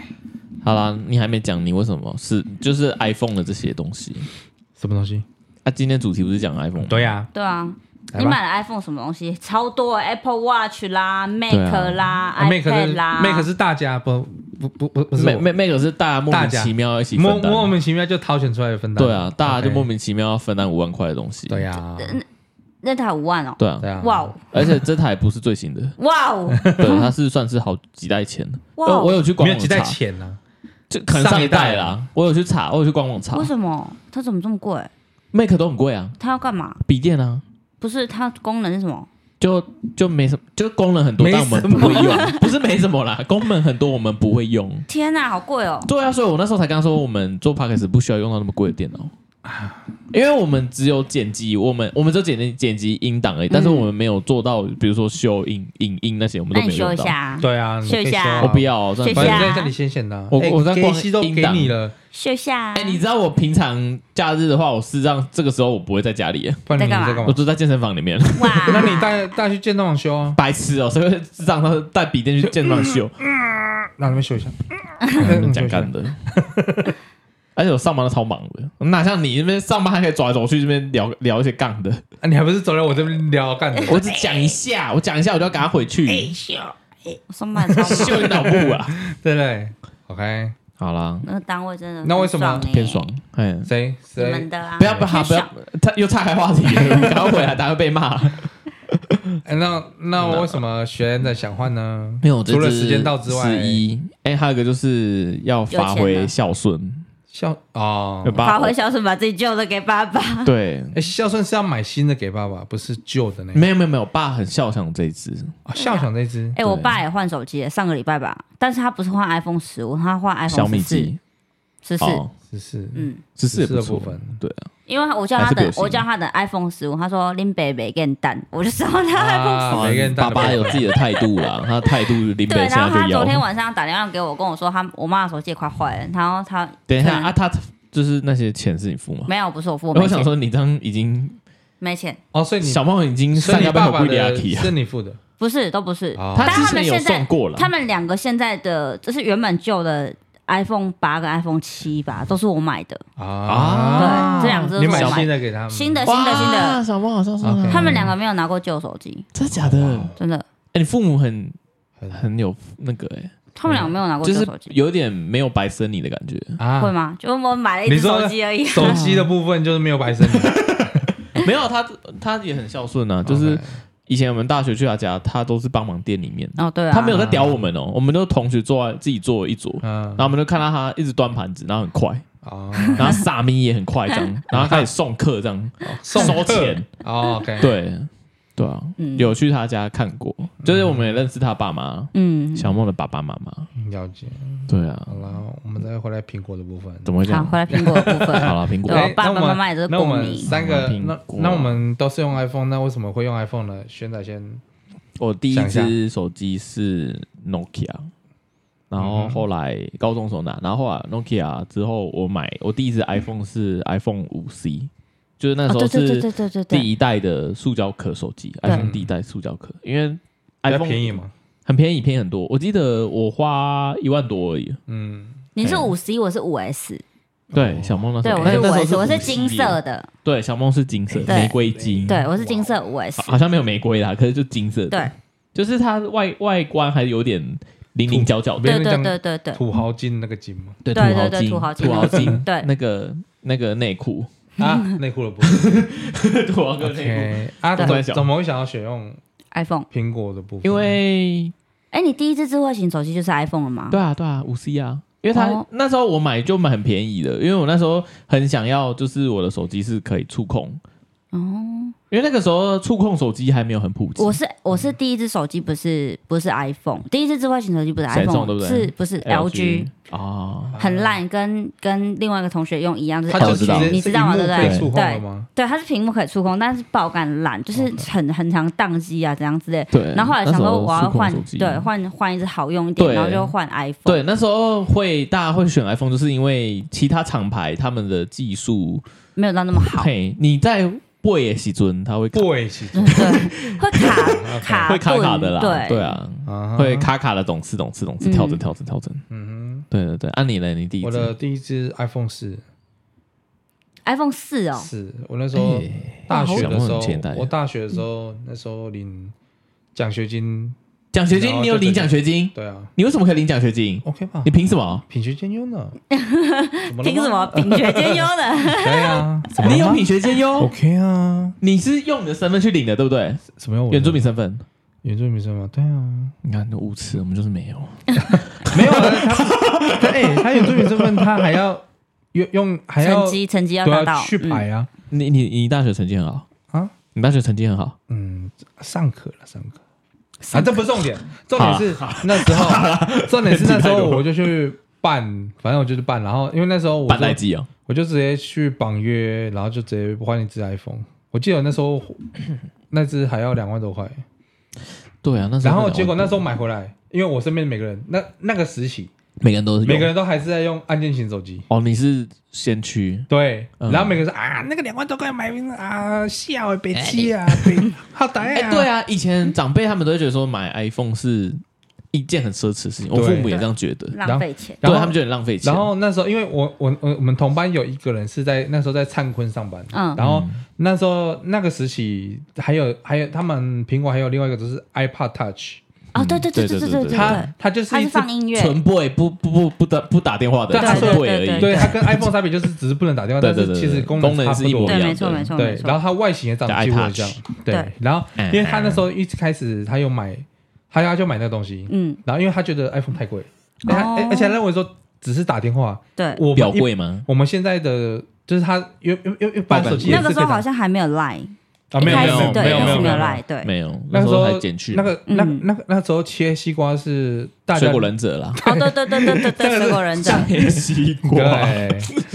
S1: 好啦，你还没讲你为什么是就是 iPhone 的这些东西
S2: 什么东西？
S1: 啊？今天主题不是讲 iPhone 吗
S2: 对呀，
S3: 对啊。
S2: 来吧
S3: 你买了 iPhone 什么东西？超多，Apple Watch 啦，Mac 啦
S2: 啊 Mac
S3: ，iPad
S2: 是
S3: 啦
S2: Mac 是大家不不不不不是
S1: ，Mac
S2: 我
S1: Mac Mac 是大家莫
S2: 大
S1: 名
S2: 家
S1: 其妙一起
S2: 莫
S1: 分
S2: 莫
S1: 担，
S2: 名其妙就掏钱出来分担。
S1: 对啊，大家就
S2: OK
S1: 莫名其妙要分担五万块的东西，
S2: 对呀，
S3: 那台五万哦，
S1: 对啊
S2: 对，啊，
S3: 哇哦，
S1: 而且这台不是最新的
S3: 哇哦，
S1: 对，它是算是好几代前的，
S3: 哇哦
S1: 呃 我有去官
S2: 没有
S1: 网
S2: 几袋
S1: 查，
S2: 钱啊呢？
S1: 就可能上一
S2: 上
S1: 代
S2: 一代啊
S1: 啦，我有去查，我有去官网查
S3: 为什么它怎么这么贵？
S1: ，Mac 都很贵啊，
S3: 它要干嘛？
S1: 笔电啊。
S3: 不是它功能是什么？
S1: 就就没什么，就功能很多，
S2: 没
S1: 但我们
S2: 什么
S1: 不会用， 不是没什么啦，功能很多我们不会用。
S3: 天哪，好贵哦！
S1: 对啊，所以我那时候才刚说，我们做 podcast 不需要用到那么贵的电脑，
S2: 啊
S1: 因为我们只有剪辑，我们我们只有剪剪辑音档而已，但是我们没有做到，比如说修音、影音那些，我们
S3: 嗯那
S1: 都
S3: 你
S1: 没有
S3: 修
S1: 用
S3: 一
S1: 到。
S3: 下啊，
S2: 对啊，你可以
S3: 秀一下
S2: 修啊
S1: 我不，要，算了
S3: 谢
S2: 反
S3: 谢
S2: 正
S3: 啊
S2: 在这里先显的啊。
S1: 我
S2: 哎
S1: 我在
S2: 给
S1: 逛
S2: 息都
S1: 音
S2: 给
S1: 档
S2: 你了，
S3: 秀一下啊。
S1: 哎、你知道我平常假日的话，我事实上这个时候我不会在家里，
S2: 不然你
S3: 在干嘛
S2: 在干
S1: 我
S2: 嘛？，
S1: 都在健身房里面。
S3: 哇
S2: 那你带带去健身房修啊，
S1: 白痴哦、所以智障他带笔电去健身房 修，
S2: 让你们修一下。
S1: 嗯讲干的。而且我上班都超忙的，哪像你那边上班还可以走来走去，这边聊聊一些杠的。
S2: 啊，你还不是走来我这边聊干的？
S1: 我只讲一下，我讲一下我就要赶快回
S2: 哎
S1: 去，
S3: 哎我上班超忙，
S1: 秀 你脑部啊！
S2: 对不对？OK，
S1: 好啦，
S3: 那个单位真的
S2: 那为什么
S3: 很欸
S1: 偏爽，哎，
S2: 谁
S3: 你们
S2: 谁？
S3: 的啊？
S1: 不要不要不要，他又岔开话题 了，赶快回来，等下会被骂。
S2: 哎那那我为什么学员在想换呢？
S1: 没有，
S2: 除了时间到之外，
S1: 十一，哎，还有一个就是要发
S3: 有钱
S1: 挥
S3: 了
S1: 孝顺，
S2: 孝哦
S1: 要，把
S3: 发挥孝顺，把自己旧的给爸爸。
S1: 对，
S2: 哎，孝顺是要买新的给爸爸，不是旧的那个。
S1: 没有没有没有，爸很孝顺这一支，
S2: 哦孝想这只
S3: 哎，我爸也换手机了，上个礼拜吧，但是他不是换 iPhone 十五，他换
S1: 小
S3: iPhone
S1: 米
S3: 十四
S1: 机，，
S3: 十四。
S1: 哦，
S2: 只是
S3: 嗯，
S1: 十四也不
S2: 14的
S1: 错
S2: 部分，
S1: 对啊，
S3: 因为我叫
S1: 还
S3: 他
S1: 是
S3: 等
S1: 表，情
S3: 我叫他等 iPhone 十五，他说林北北给你蛋，我就知道他 iPhone
S2: 啊
S1: 啊
S2: 每个人
S1: 爸爸有自己的态度啦，他态度林
S3: 对，
S1: 北现
S3: 然
S1: 在
S3: 后他
S1: 就
S3: 昨天
S1: 要。
S3: 晚上打电话给我，跟我说他我妈的手机也快坏了，然后他
S1: 等一
S3: 可
S1: 下
S3: 能
S1: 啊，他就是那些钱是你付吗？哎
S3: 没有，不是我付，我
S1: 我
S3: 没
S1: 想
S3: 钱，
S1: 说，你这样已经
S3: 没钱，
S2: 哦，所以你
S1: 小猫已经
S2: 所以
S1: 上
S2: 你
S1: 下
S2: 爸
S1: 班
S2: 爸
S1: 不利亚
S2: 的
S1: 提啊，
S2: 是你付的，
S3: 不是都不是。
S2: 哦
S1: 他
S3: 但他
S1: 之
S3: 们
S1: 前有
S3: 现在
S1: 送过了，
S3: 他们两个现在的就是原本旧的 iPhone 八跟 iPhone 七吧，都是我买的，
S2: 啊，
S3: 对这两只都是
S2: 你买
S3: 我买
S2: 新的给他们，
S3: 新的新的新的，
S1: 哇，小猫好像送
S2: OK
S1: 了，
S3: 他们两个没有拿过旧手机，
S1: 真的假的？
S3: 真的，
S1: 哎，你父母很
S2: 很
S1: 很有那个哎，
S3: 他们两个没有拿过
S1: 就
S3: 旧
S1: 是
S3: 手机，
S1: 有点没有白生你的感觉。
S2: 啊
S3: 会，吗？就我买了一
S2: 你
S3: 只
S2: 说
S3: 手 机而已，
S2: 手机的部分就是没有白生的，
S1: 没有他，他也很孝顺啊， 就是以前我们大学去他家，他都是帮忙店里面。
S3: 哦对啊，
S1: 他没有在屌我们哦，我们都同学坐在自己坐一桌，
S2: 嗯
S1: 然后我们就看到他一直端盘子，然后很 快，
S2: 哦
S1: 然后撒咪也很快这样，然后开始送客这样，
S2: 送
S1: 收
S2: 客
S1: 钱，
S2: 哦，OK，
S1: 对对啊，
S3: 嗯
S1: 有去他家看过，就是我们也认识他爸妈，
S3: 嗯，
S1: 小梦的爸爸妈妈，
S2: 了解。
S1: 对啊
S2: 好，了，我们再回来苹果的部分。
S1: 怎么会这
S3: 好，
S1: 样？
S3: 回来苹果的部 分，
S1: 好了，苹果
S3: 对啊
S2: 哎
S3: 爸爸
S2: 那我们
S3: 妈妈也都是
S2: 那我
S3: 国
S2: 们
S3: 民
S2: 三个，
S1: 苹
S2: 那
S1: 果
S2: 那我们都是用 iPhone，那为什么会用 iPhone 呢？轩仔先
S1: 我第一嗯
S2: 想一下
S1: 只手机是 Nokia，然后后来高中时候拿，然后后来 Nokia 之后我买我第一只 iPhone 是 iPhone 五 C，就是那时候
S3: 哦对对对
S1: 是
S3: 对对对对
S1: 第一代的塑胶壳手机
S3: 对
S1: ，iPhone 第一代塑胶壳，因为
S2: 比较
S1: iPhone
S2: 便宜嘛，
S1: 很便宜，便宜很多。我记得我花一万多而已。
S2: 嗯，
S3: 你是五 C，我是五 S，
S1: 对，小梦那时
S3: 对
S1: 候，
S3: 我
S1: 哦
S3: 是
S1: 哎那时
S3: 五
S1: 候
S3: S，我是
S1: 5C
S3: 金色，的，
S1: 对，小梦是金色，
S3: 对
S1: 玫瑰金，
S3: 对我是金色五 S，
S1: 嗯好好像没有玫瑰啦，可是就金色的，
S3: 对
S1: 就是它外外观还有点零零角角的，
S3: 对对对对对，
S2: 土豪金那个金嘛，
S1: 对
S3: 对对对
S1: 土
S3: 土
S1: 豪
S3: 豪
S1: 金，
S3: 金
S1: 豪金，
S3: 对
S1: 那个那个内 裤，
S2: 啊，内裤的部 分
S1: 土豪跟内
S2: ，OK，啊，
S1: 对
S2: 怎怎么会想要选用
S3: iPhone。
S2: 苹果的部分？
S1: 裤，因为
S3: 哎，你第一只智慧型手机就是 iPhone 了吗？
S1: 对啊对啊，五 C 啊，因为它、
S3: 哦
S1: 那时候我买就买很便宜的，因为我那时候很想要，就是我的手机是可以触控，
S3: 哦，
S1: 因为那个时候触控手机还没有很普及。
S3: 我是我是第一只手机不是不是 iPhone，第一只智慧型手机不是
S1: Samsung，
S3: iPhone，
S1: 对不对
S3: 是不是 LG？
S1: 啊，
S3: 很烂，跟跟另外一个同学用一样，就是
S2: 他
S1: 我
S2: 就
S1: 知
S2: 直
S1: 道
S2: 接
S3: 你知道吗？对
S2: 是
S3: 不
S2: 荧幕
S3: 对
S2: 被？触控了吗？
S3: 对，它是屏幕可以触控，但是爆感烂，就是很很常宕机啊，怎样之类。
S1: 哦对。
S3: 然后后来想
S1: 那时
S3: 说
S1: 候
S3: 我要
S1: 触控
S3: 换
S1: 手，机
S3: 对，换换一只好用一点，
S1: 对
S3: 然后就换 iPhone。
S1: 对，那时候会大家会选 iPhone，就是因为其他厂牌他们的技术，
S3: 没有到那 么好，
S1: 嘿，你在背的时尊，他会卡
S2: 不，其实
S3: 嗯对，会 卡卡
S1: 会卡卡的啦，
S3: 顿
S1: 对，啊，
S2: 啊
S1: 会卡卡的，总是总是总是
S3: 嗯
S1: 跳着跳着跳着，
S2: 嗯
S1: 对对对，按你嘞，你第
S2: 哼，
S1: 一
S2: 我
S1: 只
S2: 的第一只 iPhone 四
S3: iPhone 四哦，
S2: 是我那时候
S1: 哎
S2: 大学的时
S1: 哇
S2: 候
S1: 好简单，耶
S2: 我大学的时候那时候领奖学金，
S1: 奖学
S2: 然
S1: 金，
S2: 后
S1: 你有
S2: 就
S1: 领
S2: 这
S1: 奖
S2: 个
S1: 学金？
S2: 对啊
S1: 你为什么可以领奖学金？
S2: ，OK 吧
S1: 你，凭什么？
S2: 品学兼优 呢？怎了吗
S3: 凭什么？品学兼优的？
S2: 对啊，怎么
S1: 你
S2: 了
S1: 有
S2: 吗
S1: 品学兼
S3: 哦
S1: 优，
S2: OK 啊？
S1: 你是用你的身份去领的，对不对？
S2: 什么样？
S1: 原住民身份。
S2: 原住民生吗？对啊，
S1: 你看，无耻，我们就是没有。
S2: 没有啊，他他 哎，他原住民身份，他还要用用 还要
S3: 成绩成绩要
S2: 对
S3: 达
S2: 啊
S3: 到，
S2: 去
S3: 嗯
S2: 排啊，
S1: 你你你大学成绩很好
S2: 啊？
S1: 你大学成绩很好，
S2: 嗯，上课了，上课。啊，这不是重点，重点是那时 候，重点是那时候我就去办，反正我就是办，然后因为那时候我
S1: 半来
S2: 就
S1: 机哦。
S2: 我就直接去绑约，然后就直接换一只 iPhone。我记得那时候那只还要两万多块，
S1: 对啊，那时候
S2: 然后结果那时
S1: 候
S2: 候买回来，因为我身边的每个人，那那个时期，
S1: 每个人都是
S2: 每个
S1: 人
S2: 人都还是在用按键型手机。
S1: 哦，你是先驱，
S2: 对，
S1: 嗯
S2: 然后每个人说啊，那个两万多块买啊，笑诶，别气 啊，北好歹
S1: 哎，
S2: 啊，
S1: 对啊，以前长辈他们都会觉得说买 iPhone 是一件很奢侈的事情，我
S2: 对
S1: 父母也这样觉得，
S3: 浪费钱，
S2: 然
S1: 对
S2: 后
S1: 他们就很啊浪费钱。
S2: 然后那时候，因为我我我我们同班有一个人是在那时候在灿坤上班，
S3: 嗯
S2: 然后那时候那个时期还有还有他们苹果还有另外一个就是 iPod Touch，
S3: 哦，对对
S1: 对
S3: 对
S1: 对
S3: 对
S1: 对
S3: 对，
S2: 它它就是
S3: 它
S2: 一
S3: 是
S2: 只
S3: 放音乐，
S1: 纯 boy 不不不不打不打电话的，
S2: 对啊
S1: 纯 boy
S3: 对
S1: 而
S3: 对
S1: 已。
S2: 对 它跟 iPhone 相比就是只是不能打电话，
S1: 对
S2: 但
S1: 对对
S2: 是
S1: 对，
S2: 其实
S1: 功
S2: 功
S1: 能
S2: 能差
S1: 是
S2: 不
S1: 一模
S2: 多
S1: 一。样的。
S3: 对没错没错
S2: 对，然后它外形也长得几乎很像
S1: The，
S2: 对
S3: 对。
S2: 然后
S1: 嗯
S2: 因为他那时候一开始他有买，他他就买那个东西，
S3: 嗯，
S2: 然后因为他觉得 iPhone 太贵，因为他
S3: 哦
S2: 而且他认为说只是打电话，
S3: 对。
S2: 我
S1: 表
S2: 们一
S1: 贵吗？
S2: 我们现在的就是他因为因为因为一般手机也
S3: 那
S2: 是
S3: 个
S2: 可以
S3: 时候
S2: 打
S3: 好像还没有 Line，
S2: 啊，
S3: 一
S2: 没有
S3: 开
S2: 没
S3: 始
S2: 有
S3: 对
S2: 没有
S3: 一开
S2: 没
S3: 始
S2: 有
S3: 没有
S2: 有。
S3: Line，对。
S1: 没有，
S2: 那
S1: 时
S2: 时候
S1: 还减去
S2: 那个那
S3: 嗯
S2: 那那时候切西瓜是大家
S1: 水果忍者 啦，
S3: 哦，对对对对
S2: 这
S3: 对
S2: 个
S3: 对，
S2: 是
S3: 水果忍者，
S1: 黑西
S2: 对，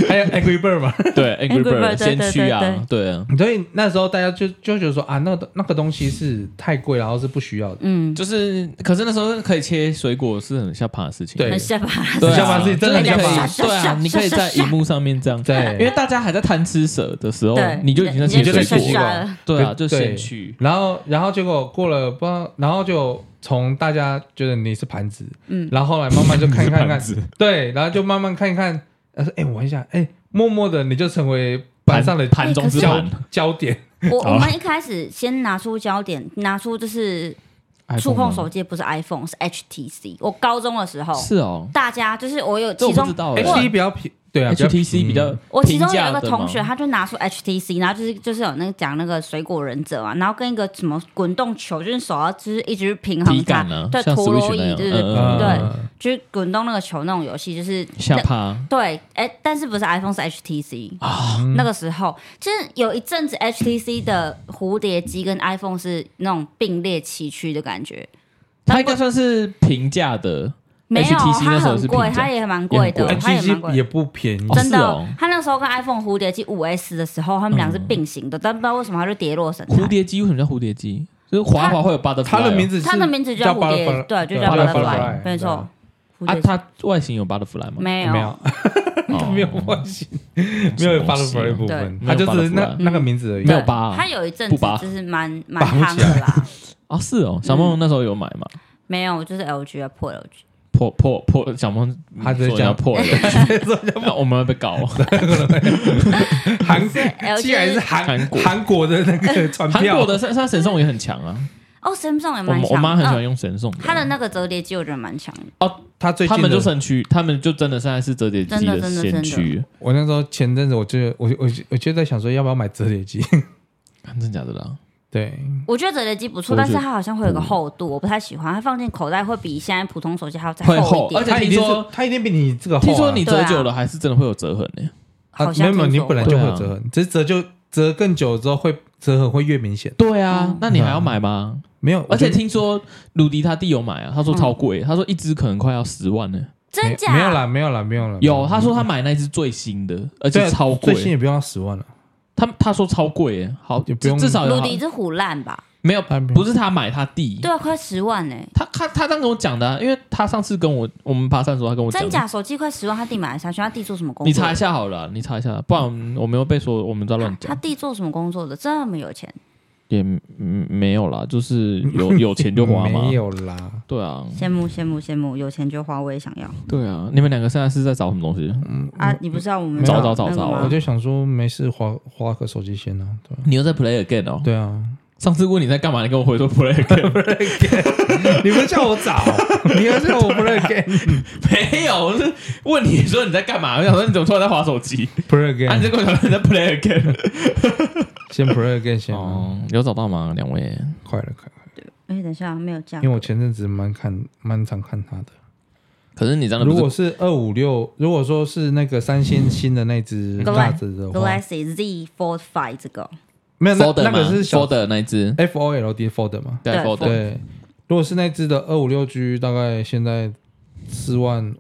S2: 还有 Angry Bird 嘛。
S1: 对 Angry
S3: Angry
S1: Bird
S3: Bird，对
S1: 先驱
S3: 对
S1: 啊，对啊，
S2: 所以那时候大家就就觉得说啊，那个那个东西是太贵，然后是不需要的。
S3: 嗯，
S1: 就是可是那时候可以切水果是很下爬的事情，
S2: 对
S3: 很下巴，
S1: 对啊，
S2: 很下巴是真的
S1: 就是你可以
S2: 很
S3: 下巴
S1: 对啊，你可以在荧幕上面这样，
S2: 对，
S1: 因为大家还在贪吃蛇的时候
S3: 对，，
S1: 你就已经在切
S2: 就在
S1: 水
S2: 吃
S1: 果
S2: 西瓜
S1: 了，
S3: 了，
S1: 对啊，就
S2: 对
S1: 先驱，
S2: 然后然后结果过了不知道，然后就从大家觉得你是盘子，
S3: 嗯，
S2: 然后后来慢慢就看一看看
S1: 盘子，
S2: 对，然后就慢慢看一看，呃，哎，我一下，哎，默默的你就成为班上的
S1: 盘中之
S2: 焦
S1: 盘，
S2: 焦点。
S3: 我我
S1: 哦
S3: 们一开始先拿出焦点，拿出就是触控手机，不是 iPhone，是 HTC。我高中的时候，
S1: 是哦，
S3: 大家就是我有
S1: 这我
S3: 其
S1: 不
S3: 中
S1: 知道
S3: 我
S1: 哎
S2: 哎，一比较平，对啊比较
S1: HTC 比较
S3: 我其中
S1: 平价
S3: 有一个
S1: 的
S3: 同
S1: 嘛
S3: 学，他就拿出 HTC，然后就是就是有那个讲那个水果忍者啊，然后跟一个什么滚动球，就是手要就是一直平衡
S1: 体
S3: 它
S1: 感啊，，
S3: 对，
S1: 像
S3: 陀
S1: Switch
S3: 螺
S1: 那
S3: 仪，
S1: 样，
S3: 对对
S1: 嗯
S3: 对
S1: 嗯嗯
S3: 对，就是滚动那个球那种游戏，就是
S1: 下趴
S3: 对，哎，但是不是 iPhone 是 HTC 啊？那个时候其实有一阵子 HTC 的蝴蝶机跟 iPhone 是那种并列崎岖的感觉，
S1: 它应该算是平价的，
S3: 没有，
S1: HTC 那
S3: 它
S1: 时候是
S3: 很贵，
S1: 平价
S3: 它也蛮贵的
S1: 也很，
S3: 它也蛮
S2: HTC
S3: 贵
S2: 哎也不便宜
S1: 哦，
S3: 真的，啊
S1: 是哦
S3: 他那时候跟 iPhone 蝴蝶机五 S 的时候，他们俩是并行的，但不知道为什么他就跌落神
S1: 蝴
S3: 坛。
S1: 蝶机为什么叫蝴蝶机？就是滑滑会有 butterfly，
S2: 它的名
S1: 字
S2: 字是
S3: 啊他的名字就叫蝴蝶
S2: Butterfly，，
S3: 对，就叫
S1: 嗯 Butterfly，
S3: Butterfly，没错。蝴
S1: 啊，
S3: 蝶机
S1: 它外形有 butterfly 吗？
S3: 没有
S2: 没有
S1: 哦
S2: 没有关系，没有
S1: 什么东西
S2: butterfly 的部分，它就是那那个名字而已
S1: 没。有
S3: 对
S1: 拔啊
S3: 他有一阵
S1: 不
S3: 子
S1: 拔
S3: 就是蛮蛮
S2: 拔不
S3: 夯
S2: 起来
S3: 的啦，
S1: 啊，是哦，小梦那时候有买吗？
S3: 没有，就是 LG 啊，破 LG。
S1: 破破破，小梦
S2: 他只是
S1: 说人家
S2: 讲
S1: 破了，我们会被告。
S2: 韩
S3: 是
S2: 既然是
S1: 韩
S2: 韩
S1: 国
S2: 韩国的那个传
S1: 韩
S2: 票，
S1: 国的它它神送也很强啊，
S3: 哦，Samsung 也
S1: 我
S3: 蛮
S1: 我
S3: 强，
S1: 妈很喜欢
S3: 嗯
S1: 用神送
S3: 它的那个折叠机，我觉得蛮强的。
S2: 他最
S1: 他
S2: 近
S1: 们就
S2: 的，
S1: 神区，他们就真的现在是折叠机
S3: 真的真的
S1: 先驱，
S2: 我那时候前阵子我就我我我就在想说要不要买折叠机，
S1: 看啊真假的啦。
S2: 对，
S3: 我觉得折叠机不
S1: 我
S3: 错，
S1: 觉
S3: 但
S1: 得
S3: 是它好像会有个厚度，我不太喜欢。它放进口袋会比现在普通手机还要再
S1: 会厚
S3: 一点
S1: 哦而且，
S2: 它一
S1: 听
S2: 定
S1: 说
S2: 是它一定比你这个厚啊。
S1: 听说你
S3: 对
S1: 折
S3: 啊
S1: 久了还是真的会有折痕呢。
S2: 啊
S3: 好
S2: 没有
S3: 像
S2: 没有，
S3: 听
S2: 你
S3: 说
S2: 本来
S3: 过
S2: 就会
S1: 对啊
S2: 有折痕，只是折就折更久之后会折痕会越明显。
S1: 对啊
S3: 嗯，
S1: 那你还要买吗？
S2: 没有，
S1: 而且
S2: 我就
S1: 听说鲁迪他弟有买啊，他说超贵，
S3: 嗯
S1: 他说一只可能快要十万呢。
S3: 真
S2: 没
S3: 假？
S2: 没有啦，没有啦，没有啦。啊
S1: 有，他说他买那只最新的，而且超
S2: 最新
S1: 贵。
S2: 也不用到十万了，
S1: 他他说超贵耶，好，
S2: 也不
S1: 至
S2: 用嗯
S1: 至少有
S3: 鲁
S1: 好
S3: 迪是虎烂吧？
S1: 没有，
S2: 他没有
S1: 不是他买他弟。
S3: 对啊，快十万呢、
S1: 他他他这样跟我讲的啊，因为他上次跟我我们爬山的时候，他跟我讲
S3: 真
S1: 的，
S3: 假手机快十万，他弟买得下去，他弟做什么工作？
S1: 你查一下好了啊，你查一下，不然我没有被说我们在乱
S3: 他
S1: 讲，
S3: 弟做什么工作的？这么有钱，
S1: 也嗯没有啦，就是 有有钱就花嘛
S2: 没，有啦，
S1: 对啊，
S3: 羡慕羡慕羡慕，有钱就花，我也想要
S1: 对啊，你们两个现在是在找什么东西？
S3: 啊！
S2: 嗯
S3: 你不知道我们
S1: 找
S3: 那个
S1: 找找
S3: 那个
S1: 找
S3: 吗
S1: 啊
S2: 我就想说没事花花个手机先啊，对吧
S1: 你又在 play again 哦？
S2: 对啊，
S1: 上次问你在干嘛，你跟我回说 play again，
S2: 你不是叫我 找，你还是叫我 play
S1: 啊
S2: again
S1: 没有，我是问你说你在干嘛？我想说你怎么突然在划手机？
S2: play
S1: 啊，你
S2: again，
S1: 在跟我讲你在 play again？
S2: 先 play again 先啊，
S1: 哦，有找到吗？两位？
S2: 快了快了，
S3: 哎、等一下，没有价
S2: 因为我前阵子蛮看蛮常看他的，
S1: 可是你真的
S2: 如
S1: 不
S2: 果
S1: 是
S2: 是二五六，如果说是那个三星新的那只大只的话，
S3: Galaxy Z Fold Five 这个，
S2: 没有那
S1: fold
S2: 那个
S1: 吗
S2: 是小
S1: fold 那一只，
S2: F O L D fold 嘛，
S1: 对
S3: 对
S1: fold，
S2: 对，如果是那只的二五六 G，大概现在四万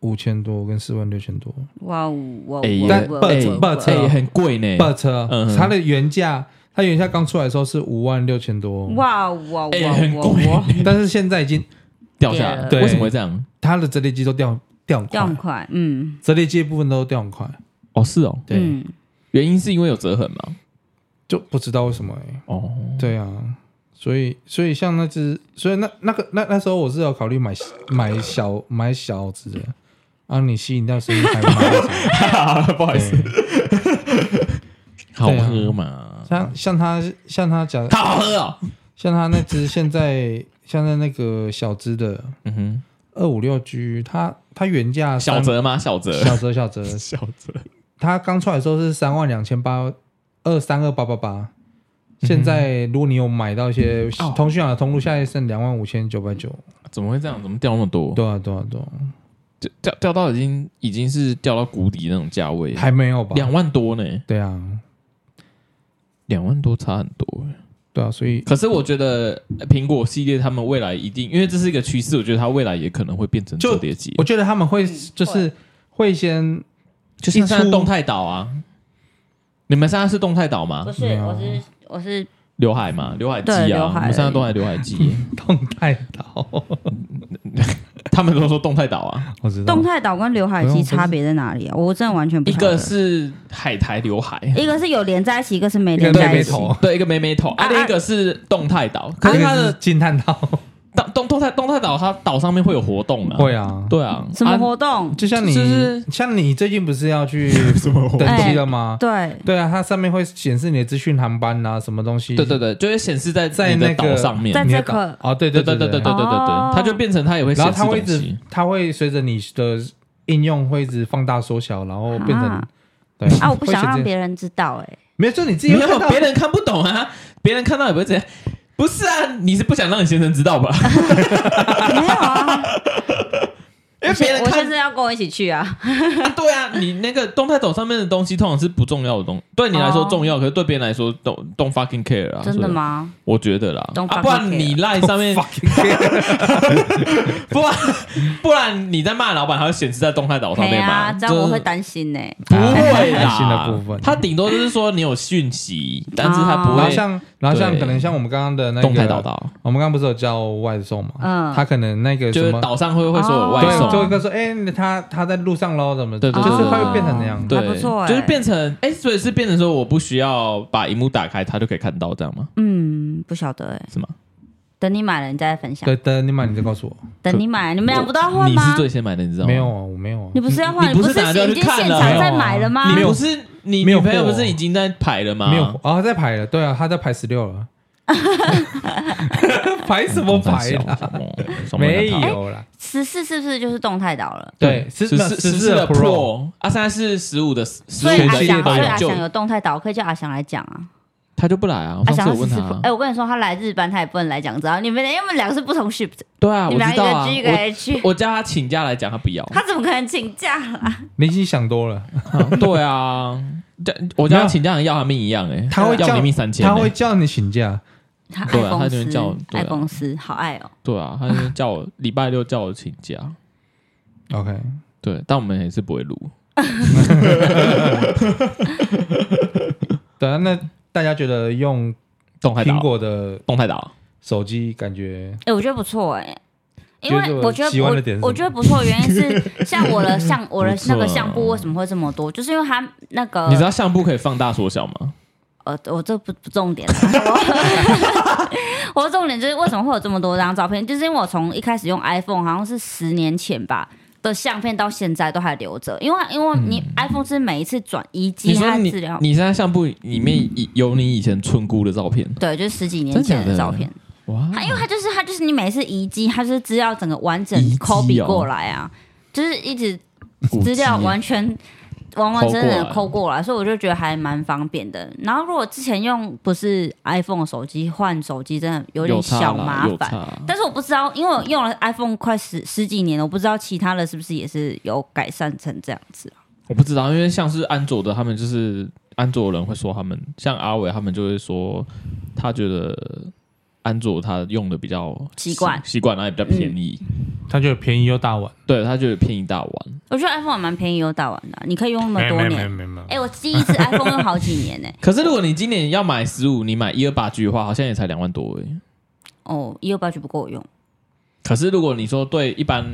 S2: 五千多跟四万六千多
S3: 哇哦哇哦！
S1: 哎
S3: 哇
S2: 但
S3: 哦哇哦
S2: but-
S3: 哇哦
S2: but-
S1: 哎、很贵呢。
S2: ，but 呃
S1: 嗯
S2: 它的原价，它原价刚出来的时候是五万六千多，
S3: 哇哦哇哦
S1: 哎
S3: 哇
S1: 很
S3: 哦
S1: 贵
S3: 哇哦，
S2: 但是现在已经
S1: 掉下来，
S2: 对
S1: 为什么会这样？
S2: 它的折叠机都掉掉很
S3: 掉很
S2: 快，
S3: 快，嗯
S2: 折叠机的部分都掉很快，
S1: 哦，是哦，
S2: 对
S3: 嗯，
S1: 原因是因为有折痕嘛。
S2: 就不知道为什么哎、
S1: 哦，
S2: 对啊。所以，所以像那只，所以那那个那那时候我是有考虑买买小买小只的，啊，你吸引到谁 还买？
S1: 不好意思，
S2: 对
S1: 好喝嘛？
S2: 像像他像他讲，
S1: 好喝哦。
S2: 像它那只现在现在那个小只的
S1: 嗯哼，
S2: 二五六 G，它它原价
S1: 小
S2: 三
S1: 折吗？小折，
S2: 小折小折，
S1: 小折，
S2: 它刚出来的时候是三万两千八二三二八八八，现在如果你有买到一些
S1: 嗯哦
S2: 通讯行的通路，现在剩两万五千九百九，
S1: 怎么会这样？怎么掉那么多？
S2: 对啊对啊对啊，
S1: 掉掉掉到已经已经是掉到谷底那种价位，
S2: 还没有吧？
S1: 两万多呢，
S2: 对啊
S1: 两万多差很多欸。
S2: 对啊，所以
S1: 可是我觉得呃苹果系列他们未来一定，因为这是一个趋势，我觉得它未来也可能会变成
S2: 就
S1: 折叠机，
S2: 我觉得他们会
S3: 嗯
S2: 就是会先
S1: 就
S2: 一
S1: 像现在
S2: 出
S1: 动态岛啊。你们现在是动态岛吗
S3: 不？是
S2: 没，有
S3: 我是我是
S1: 刘海嘛，刘海机
S3: 对
S1: 啊，
S3: 刘
S1: 我
S3: 海
S1: 们现在都还刘海 机，
S2: 动态岛，
S1: 他们都说动态岛啊，
S2: 我知道
S3: 动态岛跟刘海机差别在哪里啊？我真的完全不
S1: 一
S3: 晓得
S1: 个是海苔刘海，
S3: 一个是有连在一起，一个是没
S2: 一
S3: 连
S2: 个
S3: 在
S2: 妹
S3: 一
S2: 妹
S3: 起。
S2: 头，
S1: 对，一个妹妹头，啊，
S3: 啊
S1: 另一个是动态岛，可是它
S2: 这个
S1: 的
S2: 惊叹号，
S1: 动动动态动态岛，它岛上面会有活动啊，
S2: 会啊，
S1: 对啊，
S3: 什么
S1: 啊
S3: 活动？
S2: 就像你，
S1: 就是
S2: 像你最近不是要 去登机了吗？
S3: 对，
S2: 对啊，它上面会显示你的资讯航班啊，什么东西？
S1: 对对对，就会显示在
S2: 在
S1: 你的
S2: 那个
S1: 岛上面，
S3: 在
S2: 你
S3: 这
S2: 的岛
S3: 个
S2: 哦，对
S1: 对
S2: 对
S1: 对对对对对
S2: 对，
S1: 对对
S3: 哦，
S1: 它就变成它也会显
S2: 然后
S1: 示
S2: 它会一
S1: 东
S2: 直
S1: 西，，
S2: 它会随着你的应用会一直放大缩小，然哦后变成
S3: 啊
S2: 对
S3: 啊，我不想让
S2: 人
S3: 别人知道，哎，
S2: 没有，就你自己
S1: 没
S2: 会看
S1: 有
S2: 到
S1: 别人看不懂啊，别人看到也不会怎样。不是啊，你是不想让你先生知道吧？
S3: 没有啊，
S1: 因
S3: 我
S1: 为别人
S3: 现我现
S1: 看
S3: 在要跟我一起去啊，
S1: 啊，对啊，你那个动态抖上面的东西通常是不重要的东，对你来说
S3: 哦
S1: 重要，可是对别人来说 don't don't fucking care 啊。
S3: 真的
S1: 所以？
S3: 吗？
S1: 我觉得啦
S3: Don't，
S1: 啊，
S3: fucking
S1: 不然你赖上面， 不然不然你在骂老板，还会显示在动态岛上
S3: 对
S1: 面
S3: 啊，
S1: 吗？
S3: 这样我会
S1: 就是
S3: 担心呢。
S1: 不会
S2: 担心的部
S1: 啦
S2: 分，
S1: 他顶多就是说你有讯息，但是他不
S2: 然后
S1: 会
S2: 像然后像
S1: 对
S2: 可能像我们刚刚的那
S1: 动态导
S2: 个，
S1: 到，
S2: 我们刚刚不是有叫外送嘛？
S3: 嗯
S2: 他可能那个
S1: 就
S2: 什
S1: 是
S2: 么。
S1: 岛上会会说有外
S2: 对，
S1: 送，
S3: 哦
S2: 最后一个说，哎、他他在路上喽，怎么？
S1: 对对
S2: 就是
S1: 对
S2: 它会变成那样。
S1: 对，
S3: 还不错欸
S1: 就是变成哎，所以是变成说我不需要把荧幕打开，他就可以看到这样吗？
S3: 嗯，不晓得哎，
S1: 是吗？
S3: 等你买了你再分享。
S2: 对，等你买你再告诉我。
S3: 等你买，你们俩不都要换
S1: 你是
S3: 吗？
S1: 最先买的，你知道吗？
S2: 没有啊，我没有啊
S3: 你。不是要换？
S1: 你
S3: 不
S1: 不是打算
S3: 已
S1: 去
S3: 经
S1: 看
S3: 现
S1: 了
S3: 场
S1: 没有
S3: 在
S2: 啊
S3: 买了吗？
S1: 你不是你
S2: 没
S1: 女
S2: 有
S1: 朋友
S2: 货
S1: 不是已经在排了吗？
S2: 没有啊，哦在排了，对啊，他在排十六了。排什么
S1: 啊
S2: 排啦？
S1: 了
S2: 没。有啦，
S3: 十四是不是就是动态岛了？
S2: 对，
S1: 十
S2: 十
S1: 四
S2: 四
S1: 哎十
S2: 四
S1: 四的
S2: 的
S1: Pro，啊，现在是十五的十
S3: 所以
S1: 五
S3: 阿
S1: 的
S2: 系列
S3: 翔，
S2: 都
S3: 所以
S2: 有
S3: 阿
S1: 就
S3: 翔有动态岛，我可以叫阿翔来讲啊。
S1: 他就不来啊。
S3: 阿
S1: 我上
S3: 翔
S1: 次
S3: 要
S1: 我
S3: 十
S1: 问
S3: 四
S1: 他
S3: 分
S1: 啊，，
S3: 哎，我跟你说，他来日班他也不能来讲，知道？你们因为我们两个是不同 shift，
S1: 对啊，
S3: 你
S1: 我
S3: 们俩
S1: 知
S3: 一
S1: 道啊
S3: 个 G 一个
S1: 我
S3: H，
S1: 我叫他请假来讲，他不要。
S3: 他怎么可能请假啦？
S2: 你已经想多了。
S1: 啊对啊， 但我家请假人要他命一样哎，
S2: 他会
S1: 要
S2: 叫
S1: 明明三千欸，
S2: 他会叫你请假，
S3: 他
S1: 对啊
S3: 爱
S1: 他
S3: 公
S1: 就
S3: 司，
S1: 叫对啊
S3: 爱公司，好爱哦。
S1: 对啊，他就叫我礼拜六叫我请假，
S2: OK，
S1: 对，但我们也是不会录，
S2: 对啊，那大家觉得用
S1: 动态
S2: 苹
S1: 岛，
S2: 果的
S1: 动态岛，
S2: 手机感觉
S3: 哎、我觉得不错哎、因
S2: 觉
S3: 为
S2: 得
S3: 我觉
S2: 喜
S3: 得
S2: 欢的点是什
S3: 我
S2: 么
S3: 我觉得不错，原因是像 我的相我的
S1: 不错啊
S3: 那个相簿为什么会这么多，就是因为它那个
S1: 你知道相簿可以放大缩小吗？
S3: 呃，我这不不重点啊， 我我重点就是为什么会有这么多张照片，就是因为我从一开始用 iPhone 好像是十年前吧。的相片到现在都还留着，因为因为你 iPhone 是每一次转
S1: 嗯
S3: 移
S1: 你
S3: 机
S1: 说
S3: 它
S1: 你
S3: 的资料，
S1: 你现在相簿里面
S2: 嗯
S1: 以有你以前村姑的照片，
S3: 对，就是十几年
S1: 真假
S3: 前
S1: 的
S3: 的
S1: 哦
S3: 照片。啊
S1: 哇，
S3: 它因为它就是它就是你每次移机，它就是资料整个完整
S1: 移机
S3: copy
S1: 哦
S3: 过来啊，就是一直
S1: 古
S3: 资料
S1: 迹
S3: 完全完完整整的
S1: 抠
S3: 抠过来，所以我就觉得还蛮方便的。然后如果之前用不是 iPhone 手机换手机，真的有点
S1: 差
S3: 小
S1: 啦
S3: 麻
S1: 有
S3: 烦。
S1: 差
S3: 但是我不知道，因为我用了 iPhone 快十十几年了，我不知道其他的是不是也是有改善成这样子。啊
S1: 我不知道，因为像是安卓的，他们就是安卓人会说他们，像阿伟他们就会说，他觉得安卓他用的比较
S3: 习惯
S1: 习惯，然嗯后也比较便宜，
S2: 他觉得便宜又大碗，
S1: 对他觉得便宜大碗。
S3: 我觉得 iPhone 还蛮便宜又大碗的啊，你可以用那么
S2: 没
S3: 多
S2: 没没
S3: 年。
S2: 没没
S3: 哎、我第一次 iPhone 用好几年呢、
S1: 可是如果你今年要买十五，你买一二八 G 的话，好像也才两万多而已。
S3: 哦，一二八九不够我用。
S1: 可是如果你说对一般，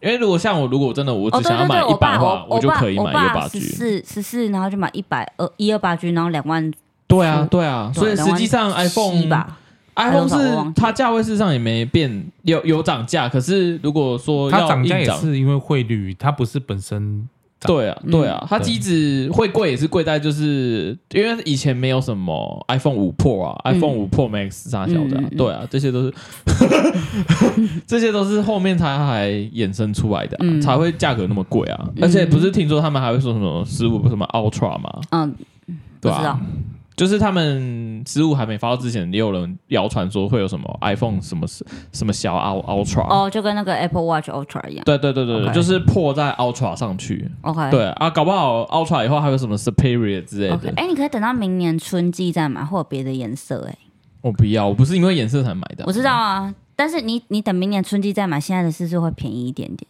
S1: 因为如果像我，如果真的我
S3: 哦，
S1: 只
S3: 对
S1: 想要
S3: 对
S1: 买
S3: 对，
S1: 一
S3: 我
S1: 百
S3: 爸
S1: 的话，
S3: 我
S1: 就可以
S3: 我
S1: 买一二
S3: 爸
S1: 八
S3: 十
S1: G。
S3: 四十四，然后就买一百二一二八 G，然后两万，
S1: 对啊，对啊，所以
S3: 对
S1: 实际上
S3: 2万七
S1: iPhone
S3: 吧，
S1: iPhone
S3: 还有什
S1: 是
S3: 么我忘记
S1: 它价位事实上也没变，有有涨价，可是如果说
S2: 它
S1: 要
S2: 涨价
S1: 硬
S2: 也
S1: 涨
S2: 是因为汇率，它不是本身
S1: 对啊，
S3: 嗯
S1: 对啊，它
S2: 对
S1: 机子会贵也是贵在就是因为以前没有什么 iPhone 五 Pro 啊、
S3: 嗯
S1: iPhone 五 Pro Max 啥小的啊、
S3: 嗯嗯嗯
S1: 对啊，这些都 是这些都是后面它还衍生出来的啊、
S3: 嗯
S1: 才会价格那么贵啊。
S3: 嗯
S1: 而且不是听说他们还会说什么十五什么 Ultra 吗？
S3: 嗯，不
S1: 对
S3: 知道
S1: 啊，，就是他们十五还没发到之前，也有人谣传说会有什么 iPhone 什么什么小 Ul- Ultra。
S3: 哦，就跟那个 Apple Watch Ultra 一样。
S1: 对对对对对
S2: OK
S1: 就是破在 Ultra 上去，
S3: OK，
S1: 对啊，搞不好 Ultra 以后还有什么 Superior 之类的。
S3: OK，哎、你可以等到明年春季再买，或者别的颜色、哎，
S1: 我不要，我不是因为颜色才买的。
S3: 我知道啊，但是你你等明年春季再买，现在的是不是会便宜一点点？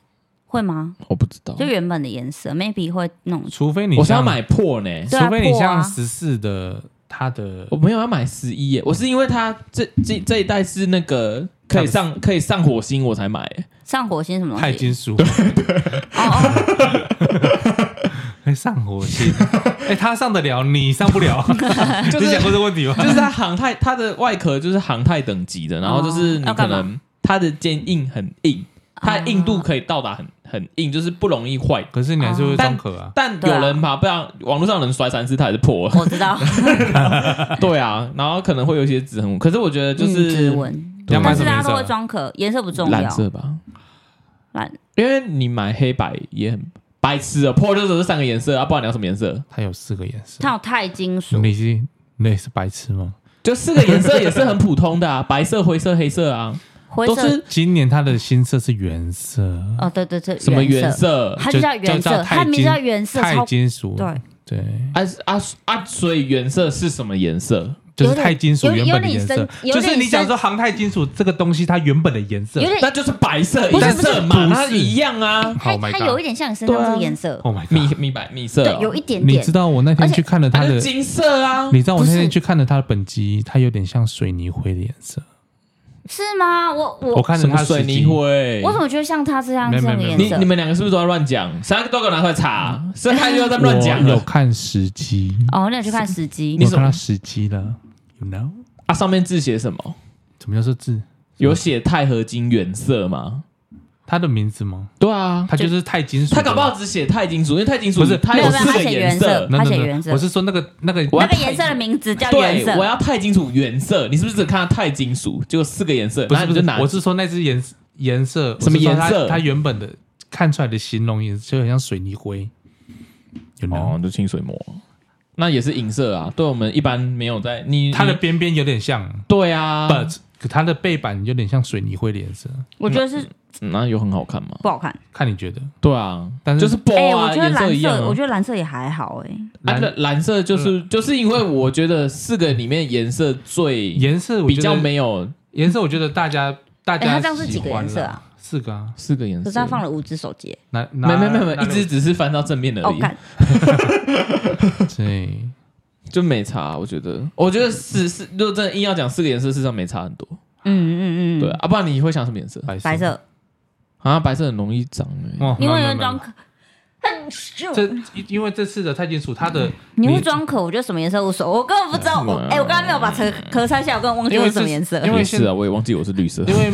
S3: 会吗？
S1: 我不知道
S3: 就，原本的颜色，maybe 会弄
S2: 除非你
S1: 我是要
S2: 像
S1: 买破呢，
S3: 对啊
S2: 除非你
S3: 破啊
S2: 像十四的它的
S1: 我没有要买十一耶，我是因为它这这这一代是那个可以上可以上火星，我才买耶。
S3: 上火星什
S1: 啊
S3: 么
S2: 钛
S3: 东西？
S2: 金属
S3: 哦哦，
S2: 会上火 星，哎，它上得了，你上不了，
S1: 就
S2: 你
S1: 是
S2: 想过这个问 题吗？
S1: 就是它航太，它的外壳就是航太等级的，然后就是你
S3: 哦要
S1: 可
S3: 干嘛
S1: 能它的坚硬很硬，它的硬度可以到达很很硬，就是不容易坏。
S2: 可是你还是会装壳啊，
S1: 但
S3: 对啊
S1: 有人把不然网络上能摔三次，它还是破 了。
S3: 我知道，
S1: 对啊，然后可能会有一些指痕，可是我觉 得就
S3: 嗯指
S1: 是
S3: 纹，
S2: 你要买
S3: 但
S2: 什
S3: 是
S2: 么
S3: 大
S2: 颜
S3: 家都会
S2: 色？
S3: 装壳，颜色不重
S1: 蓝
S3: 要。
S1: 色吧，
S3: 蓝
S1: 因为你买黑白也很白痴啊，破就只是三个颜色啊，不然你要什么颜 色？
S2: 它有四个颜色
S3: 它，有钛金属，
S1: 嗯
S2: 你是你是白痴吗？
S1: 就四个颜色也是很普通的啊，白色、灰色、黑色啊，
S3: 灰
S1: 都
S3: 色
S1: 是
S2: 今年它的新色是原色，
S3: 哦，对对对，
S1: 什么
S3: 原
S1: 原？色？啊
S3: 它就叫
S2: 就
S3: 原
S2: 就叫
S3: 色，它
S2: 钛
S3: 名字
S2: 金
S3: 叫原色，
S2: 钛
S3: 超
S2: 金属，
S3: 对，
S2: 对，
S1: 啊啊啊！所以原色是什么颜色？
S2: 就是钛金属原本的颜
S3: 有
S2: 色
S3: 点，有
S2: 就
S3: 点
S2: 是你讲说航太金属这个东西它原本的颜色
S3: 有。点
S1: 那就是白色
S3: 不是
S1: 银色嘛，
S2: 不是
S1: 它一样啊，
S3: 它
S2: Oh my
S3: 它
S2: God
S3: 有一点像你身上
S1: 对啊
S3: 这个颜色，
S2: Oh my
S1: 米
S2: god！
S1: 米白米色
S3: 对
S1: 哦，，
S3: 有一点
S2: 你
S3: 点
S2: 知。道我那天去看了它
S1: 它
S2: 的
S1: 是，金色啊，
S2: 你知道我那
S3: 不
S2: 天
S3: 是
S2: 去看了它的本机，它有点像水泥灰的颜色。
S3: 是吗？我我
S2: 我看了
S1: 什
S2: 它
S1: 么
S2: 的
S1: 水
S2: 时机
S1: 泥，灰
S3: 我？怎么觉得像他这样
S2: 没
S3: 这
S2: 有
S3: 样
S2: 没
S3: 的
S2: 有
S3: 颜
S2: 没
S1: 你
S3: 色？嗯
S1: 你们两个是不是都在乱讲？三个都给我拿出来查，是他又在乱讲
S2: 我 有
S1: 了
S2: 看时机，
S3: 哦，那你去看时机
S2: 你。有
S1: 怎么
S2: 看到时机了？You know？
S1: 啊？上面字写什么？
S2: 怎么叫做字？
S1: 有写钛合金原色吗？
S2: 它的名字吗？
S1: 对啊，
S2: 它就是钛金属的
S1: 他搞
S2: 嘛。
S1: 不好只写钛金属，因为钛金属
S2: 不是
S1: 它
S3: 没有没有
S1: 四
S3: 它
S1: 个
S3: 写
S1: 颜
S3: 原色
S2: No, no, no，
S3: 它写原色
S2: 我是说那个那个，
S3: 那个颜色的名字叫原
S1: 对，我
S3: 色。
S1: 要钛金属原色，你是不是只看到钛金属，结果四个颜色，
S2: 不
S1: 然后
S2: 是
S1: 你
S2: 不是
S1: 就拿，
S2: 我是说那只颜颜色
S1: 什么颜色
S2: 我是说它它原本的看出来的形容颜色就很像水泥灰。有 o
S1: 哦，就清水膜，那也是银色啊。对我们一般没有在你
S2: 它的
S1: 你
S2: 边边有点像
S1: 对啊，
S2: ，but 它的背板有点像水泥灰的颜色。
S3: 我觉得是
S1: 嗯那有很好看吗？
S3: 不好看。
S2: 看你觉得
S1: 对啊，
S2: 但是
S1: 就是波
S3: 哎、我
S1: 啊，
S3: 觉得
S1: 颜色
S3: 蓝
S1: 一样
S3: 色，
S1: 啊
S3: 我。觉得蓝色也还好哎、
S1: 啊蓝嗯蓝色就是就是因为我觉得四个里面颜色最
S2: 颜色我
S1: 比
S2: 觉
S1: 较
S2: 得
S1: 没有
S2: 颜色，我觉得大家大
S3: 哎
S2: 家
S3: 它这样是
S2: 喜
S3: 几个
S2: 欢
S3: 颜色
S2: 啦
S3: 啊？
S2: 四个啊，
S1: 四个颜
S3: 可
S1: 色，
S3: 是他放了五只手机、
S2: 哪哪
S1: 没没没没，
S2: 哪
S1: 一直只是翻到正面而
S3: 哦
S1: 已，
S3: 干，
S2: 对，
S1: 就没差。啊我觉得，我觉得四四，如果真的硬要讲四个颜色，事实上没差很多。
S3: 嗯嗯嗯，
S1: 对啊，啊不然你会想什么颜色？
S2: 白
S3: 白色，
S1: 啊，白色很容易长欸
S2: 哇，
S3: 因为
S2: 没
S3: 有
S2: 有
S3: 人
S2: 没有
S3: 装
S2: 没有
S3: 可，很秀
S2: 这因为这次的钛金属它的
S3: 你会装可，我觉得什么颜色无所谓，我根本不知道。我
S1: 嗯
S3: 哎、我刚才没有把壳壳拆下来，我根本忘记
S2: 因为
S3: 是什么
S2: 这
S3: 颜色。
S2: 因为
S1: 也
S2: 现
S1: 是啊，我也忘记我是绿色。
S2: 因为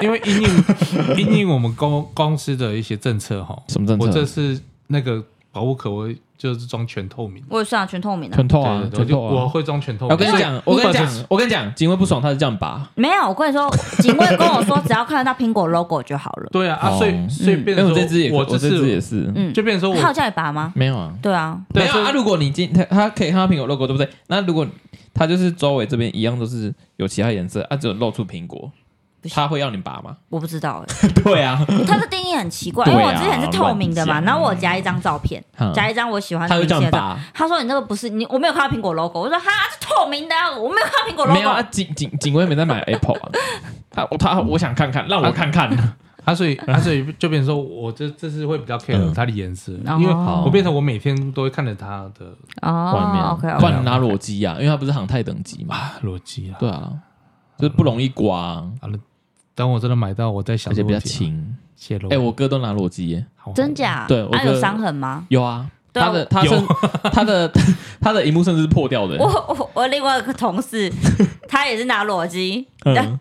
S2: 因为因应因应我们公公司的一些政策哈，
S1: 什么政策
S2: 我
S3: 嗯
S2: 这次那个保护壳我就是装全透明，
S3: 我也是啊，全透明的、
S1: 全透啊
S2: 对，对对
S1: 全
S2: 我就
S1: 透
S2: 我
S1: 啊！
S2: 会装全透
S1: 我
S2: 明。
S1: 跟你讲，我跟你讲，我跟你讲，警卫不爽，他是这样拔。
S3: 没有，我跟你说，警卫跟我说，只要看得到苹果 logo 就好了。
S2: 对啊啊，
S1: 哦
S2: 所以所以变
S1: 哎，
S2: 成
S1: 我
S2: 说
S1: 这只也可，
S2: 我
S1: 我
S2: 这
S1: 这只也
S2: 次
S1: 是，
S3: 嗯
S2: 就变成说
S3: 他有
S2: 我
S3: 叫你拔吗？
S1: 没有啊。
S3: 对啊，
S2: 对
S1: 没有
S2: 所以
S1: 啊！如果你今他他可以看到苹果 logo 对不对？那如果他就是周围这边一样都是有其他颜色，啊，只有露出苹果，
S3: 不行
S1: 他会要你拔吗？
S3: 我不知道哎、
S1: 对啊，
S3: 他的定义很奇怪，
S1: 对
S3: 因
S1: 啊
S3: 为我之前是透明的嘛，
S1: 乱讲
S3: 然后我夹一张照片，
S1: 嗯
S3: 夹一张我喜欢的
S1: 他就
S3: 明
S1: 这
S3: 星
S1: 样
S3: 的照片。
S1: 拔。
S3: 他说你那个不是你，我没有看到苹果 logo。我说哈，是透明的啊，我没有看到苹果
S1: 没有啊，
S3: logo。
S1: 警警警卫没在买 Apple 啊，他我他我想看看，让我看看。
S2: 啊， 所以啊，所以就变成说我这这次会比较 care
S1: 嗯
S2: 它的颜色，
S3: 哦
S2: 因为我变成我每天都会看着它的
S1: 外面
S3: 哦，OK
S1: 不
S3: OK，
S1: 然拿裸机啊，因为它不是航太等级嘛。
S2: 啊逻辑啊。
S1: 对啊，就是不容易刮啊，
S2: 等我真的买到，我再想
S1: 而且
S2: 这个
S1: 比较
S2: 问题啊。
S1: 轻。
S2: 泄露
S1: 哎，我哥都拿裸机耶，
S2: 好
S3: 真假？
S1: 对我
S3: 啊
S1: 觉得
S3: 有伤痕吗？
S1: 有啊。
S3: 对啊
S1: 他的他甚他的他的荧幕甚至是破掉的
S3: 我，我我另外一个同 事，他也是拿裸机，
S1: 嗯，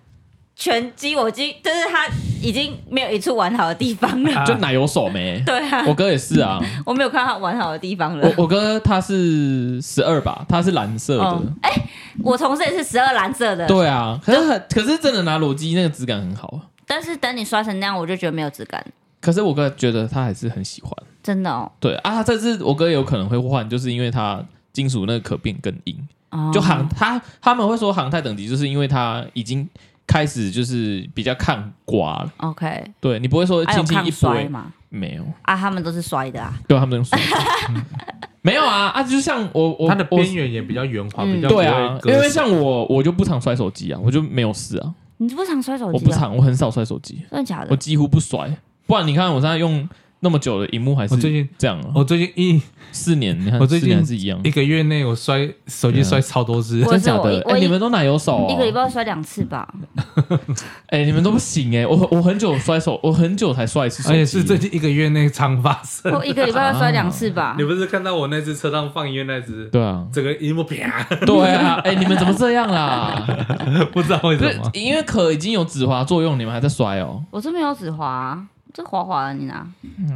S3: 拳击我击，就是他已经没有一处完好的地方了。
S2: 啊
S1: 就奶油手没。
S3: 对啊，
S1: 我哥也是啊，
S3: 我没有看到他完好的地方了。
S1: 我我哥他是十二吧，他是蓝色的
S3: 哦，哎、我同事也是十二蓝色的，
S1: 对啊，可是很可是真的拿裸机那个质感很好啊，
S3: 但是等你刷成那样，我就觉得没有质感，
S1: 可是我哥觉得他还是很喜欢。
S3: 真的哦。
S1: 对啊，他这次我哥有可能会换，就是因为他金属那个可变更硬，
S3: 哦
S1: 就航他他们会说航太等级，就是因为他已经开始就是比较抗刮了。
S3: OK，
S1: 对你不会说
S3: 还有
S1: 轻轻
S3: 抗
S1: 一
S3: 摔
S1: 挥，
S3: 嘛？
S1: 没有，
S3: 啊，他们都是摔的啊。
S1: 对他们 用摔，没有啊啊，就像我我
S2: 它的
S1: 我
S2: 边缘也比较圆滑，
S3: 嗯
S2: 比较不
S1: 对
S2: 会
S1: 啊，
S2: 割
S1: 因为
S2: 手
S1: 像我我就不常摔手机啊，我就没有事啊，
S3: 你不常摔手
S1: 我
S3: 机
S1: 不
S3: 啊？
S1: 常我很少摔手机，
S3: 真的假
S1: 我
S3: 的？
S1: 几乎不摔，不然你看我现在用那么久的荧幕还
S2: 我最
S1: 是
S2: 近
S1: 这样啊，
S2: 我最近一
S1: 四年你看
S2: 我最
S1: 四年还
S2: 近
S1: 是一样
S2: 一，个月内，我摔手
S1: 对
S2: 机
S1: 啊
S2: 摔超多只，
S3: 我
S1: 真假
S3: 我
S1: 的？
S3: 我
S1: 哎，你们都哪有手哦？
S3: 一个礼拜摔两次吧。
S1: 哎、你们都不行哎、我我很久摔手，我很久才摔一次手
S2: 而
S1: 机，
S2: 且哎是最近一个月内常发生。
S3: 我一个礼拜要摔两次吧
S2: 你。不是看到我那只车上放烟那只，
S1: 对 啊，
S2: 整个荧幕啪，
S1: 对啊，哎、你们怎么这样啦？
S2: 不知道为
S1: 不
S2: 什
S1: 是
S2: 么。
S1: 因为壳已经有止滑作用，你们还在摔哦、
S3: 我这没有指滑、啊，这滑滑的你 拿。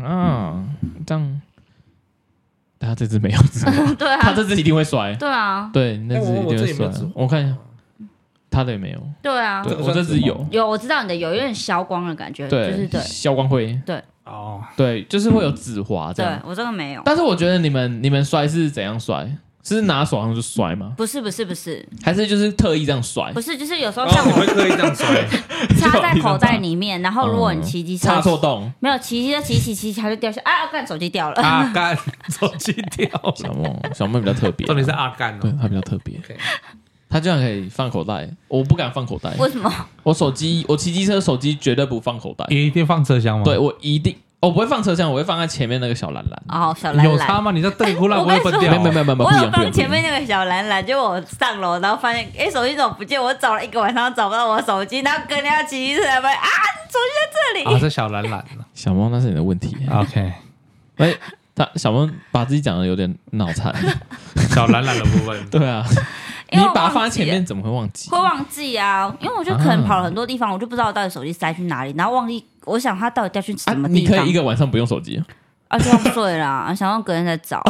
S1: 啊，这样，但他这只没有止滑，
S3: 对
S1: 他
S3: 啊，
S1: 这只一定会摔，
S3: 对啊，
S1: 对，那只
S2: 哎我
S1: 一定
S2: 我这
S1: 会
S2: 里没
S1: 摔
S2: 有止滑。
S1: 我看一下，他的也没有，
S3: 对啊。
S1: 对
S2: 这个
S1: 我
S2: 算
S1: 这
S2: 止
S1: 只
S2: 滑
S1: 有
S2: 吗，
S3: 有我知道你的有有点消光的感觉，就是
S1: 对，
S3: 对
S1: 消光灰，
S2: 哦，
S1: 对，就是会有止滑这
S3: 对
S1: 样。，
S3: 我这个没有。
S1: 但是我觉得你们你们摔是怎样摔？是拿手上就摔吗？
S3: 不是不是不是
S1: 还是就是特意这样摔
S3: 不？是，就是有时候
S2: 然
S3: 像
S2: 后哦我
S3: 我
S2: 会刻意这样摔，
S3: 插在口袋里面，然后如果你骑机车
S1: 插嗯错洞？
S3: 没有骑机车骑骑骑，它就掉下，啊，干手机掉 了。
S2: 阿甘手机掉了，
S1: 小梦，小梦比较特别、
S2: 重点是阿甘
S1: 对
S2: 哦，
S1: 他比较特别
S2: OK，
S1: 他这样可以放口袋，我不敢放口袋。
S3: 为什么？
S1: 我手机，我骑机车手机绝对不放口袋，
S2: 也一定放车厢吗？
S1: 对，我一定，哦我不会放车厢，我会放在前面那个小篮篮。
S3: 哦，小蓝
S2: 有差
S3: 蓝。
S2: 吗？你这灯 窟烂不会崩
S1: 没
S2: 掉？啊
S1: 有没有没有没有，不
S3: 我
S1: 一
S3: 有
S1: 样不一
S3: 放
S1: 样不一
S3: 前
S1: 样。
S3: 面那个小蓝蓝，就我上楼，然后发现，哎，手机怎么不见？我找了一个晚上找不到我手机，然后跟人家骑机车来发现，啊，手机在这
S2: 啊，
S3: 里。
S2: 这小蓝蓝了
S1: 小梦，那是你的问题。
S2: ，OK，
S1: 哎、他小梦把自己讲的有点脑残。
S2: 小蓝蓝的部分，
S1: 对啊，你
S3: 因为我
S1: 把它
S3: 忘记
S1: 放在前面，怎么会忘记
S3: 会？忘记啊，因为我就可能跑了很多地方，我就不知道我到底手机塞去哪里，然后忘记，我想它到底掉去
S1: 啊，
S3: 什么
S1: 你
S3: 地
S1: 可
S3: 方，
S1: 以一个晚上不用手机，
S3: 啊就忘睡啦，想要隔天再 找。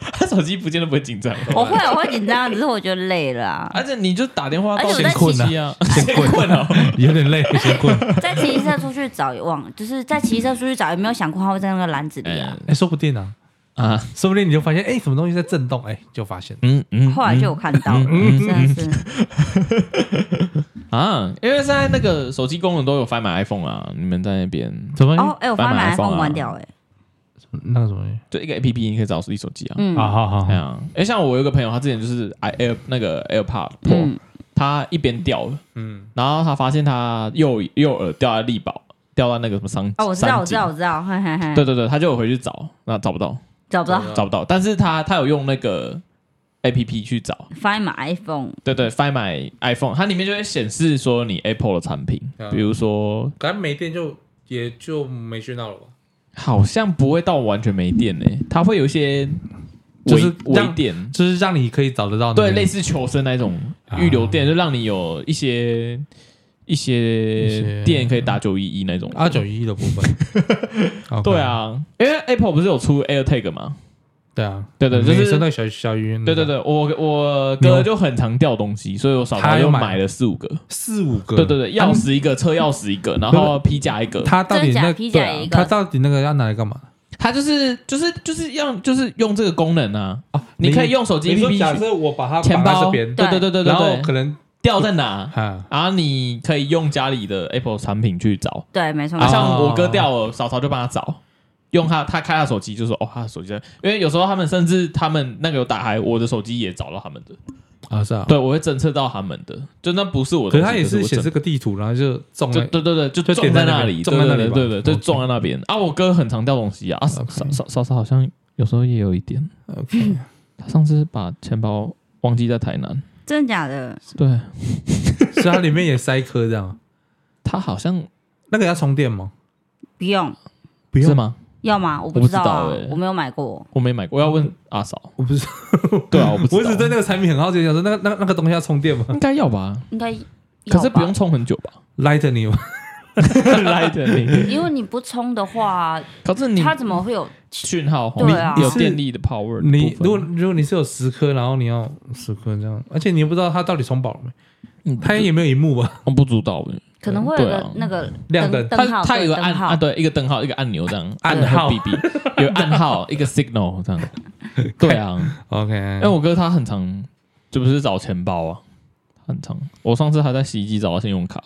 S1: 他手机不见得不会紧张。
S3: 我会我会紧张，只是我觉得累了啊。
S1: 而且你就打电话
S3: 而
S1: 到
S3: 且我在
S1: 手
S2: 骑
S1: 机啊，
S2: 先
S1: 先
S2: 滚
S1: 困哦。
S2: 有点累，先滚。
S3: 在骑机车出去找也忘，就是在骑车出去找也没有想过它会在那个篮子里啊。
S2: 哎，说不定啊，
S1: 哎啊，
S2: 说不定你就发现，哎、什么东西在震动，哎、就发现。
S1: 嗯嗯，
S3: 后来就有看到了，
S2: 嗯嗯嗯
S3: 真的是
S1: 啊，因为现在那个手机功能都有翻买 iPhone 啊，你们在那边
S2: 什么东西
S3: 哦，哎，我发现
S1: 翻
S3: 把
S1: 买 iPhone
S3: iPhone
S1: 啊
S3: 关掉，哎，
S2: 那个什么东西？
S1: 就一个 APP 你可以找自己手机啊。
S3: 嗯
S2: 啊，好好
S1: 哎
S2: 好，
S1: 呀，哎，像我有一个朋友，他之前就是 i air 那个 AirPod Pro，、
S3: 嗯，
S1: 他一边掉了，
S2: 嗯，
S1: 然后他发现他右右耳掉在力宝，掉在那个什么商
S3: 哦，我知道，
S1: 山
S3: 我知
S1: 景
S3: 道，我知道，嘿嘿嘿，
S1: 对对对，他就有回去找，那找不到，
S3: 找不到，
S2: 啊
S1: 找不到。但是他他有用那个 A P P 去找，
S3: 发现买 iPhone，
S1: 对对，Find My iPhone，它里面就会显示说你 Apple 的产品，
S2: 嗯
S1: 比如说
S2: 感觉没电就也就没讯号了吧？
S1: 好像不会到完全没电呢、它会有一些
S2: 就是
S1: 微微
S2: 让
S1: 电，
S2: 就是让你可以找哦得到那个。啊
S1: 对，类似求生那种预留电，就让你有一些一
S2: 一
S1: 些
S2: 些啊
S1: 电可以打九一一那种。
S2: 阿九一的部 分。OK
S1: 对，啊，因为 Apple 不是有出 AirTag 吗？
S2: 对啊，
S1: 对对就是
S2: 你生那个小小鱼，
S1: 对对，对，我我
S2: 嗯你
S1: 哥
S2: 有
S1: 就很常掉东西，所以我少
S2: 他
S1: 他
S2: 有
S1: 又
S2: 买
S1: 买了四五个。
S2: 四五个，
S1: 对对对，
S2: 他
S1: 钥
S2: 们
S1: 匙一个，车钥匙一个，然后皮夹一个。
S2: 他到底
S3: 真假
S2: 那
S3: 皮
S2: 对
S3: 夹也
S2: 啊
S3: 一个
S2: 他到底那个要拿来干嘛？
S1: 它就是就是就是要就是用这个功能啊，
S2: 哦，
S1: 你可以用手机
S2: 你说
S1: APP
S2: 假
S1: 去
S2: 设我把它
S1: 钱
S2: 绑在
S1: 包，
S2: 这
S1: 对
S2: 边，
S1: 对对对对
S2: 然后
S1: 对，
S2: 可能
S1: 掉在哪？
S2: 啊，
S1: 然后你可以用家里的 Apple 产品去找，
S3: 对，没错，
S1: 啊，
S3: 没错
S2: 哦
S1: 像我哥掉了，嫂嫂就帮他找，用他他开他手机就说哦，他的手机在，因为有时候他们甚至他们那个有打开，我的手机也找到他们的，
S2: 啊是啊，
S1: 对我会侦测到他们的，就那不是我的
S2: 可
S1: 东
S2: 是
S1: 西，
S2: 它也
S1: 我
S2: 是
S1: 侦
S2: 显示个地图，然后就中
S1: 就
S2: 了。
S1: 对对对，就
S2: 就
S1: 撞
S2: 点
S1: 在
S2: 在那
S1: 那
S2: 边
S1: 里，
S2: 撞在那里吧
S1: 对对对，对就
S2: OK
S1: 撞在那边啊！我哥很常掉东西啊，啊，嫂
S2: OK
S1: 嫂嫂嫂好像有时候也有一点，
S2: OK，
S1: 他上次把钱包忘记在台南，
S3: 真的假的？
S1: 对
S2: 所以它里面也塞颗这样。
S1: 他好像
S2: 那个要充电吗？
S3: 不用，
S2: 不
S1: 是，吗？
S3: 要吗？我不
S1: 我不
S3: 知道啊
S1: 知道欸，
S3: 我没有买过，
S1: 我没买过，我要问阿嫂。
S2: 我不是，
S1: 对啊，我不知道，
S2: 我只对那个产品很好奇，想说那个那那个东西要充电吗
S1: 应该要吧，
S3: 应该要
S1: 可是不
S3: 吧
S1: 用充很久吧
S2: ？Lightning 吗？
S1: ？Lightning，
S3: 因为你不充 的话，
S1: 可是你
S3: 它怎么会有？
S1: 讯号吼
S3: 对啊
S1: 有电力的 power，的
S2: 你
S1: 部分
S2: 如果如果你是有十颗，然后你要十颗这样，而且你又不知道它到底充饱了没，
S1: 嗯
S2: 它也没有荧 幕吧？
S1: 我不知道欸，
S3: 可能会有
S1: 对啊
S3: 个那个
S2: 亮
S3: 灯
S2: 灯
S1: 它
S3: 号，
S1: 它有
S3: 对
S1: 个
S3: 灯
S1: 按
S3: 号
S1: 啊，，对，一个灯号，一个按钮这 样，
S2: 暗号
S1: B B 有暗号，一个 signal 这 样，对啊，
S2: OK，
S1: 因为我哥他很常就不是找钱包啊，很常。我上次还在洗衣机找到信用卡，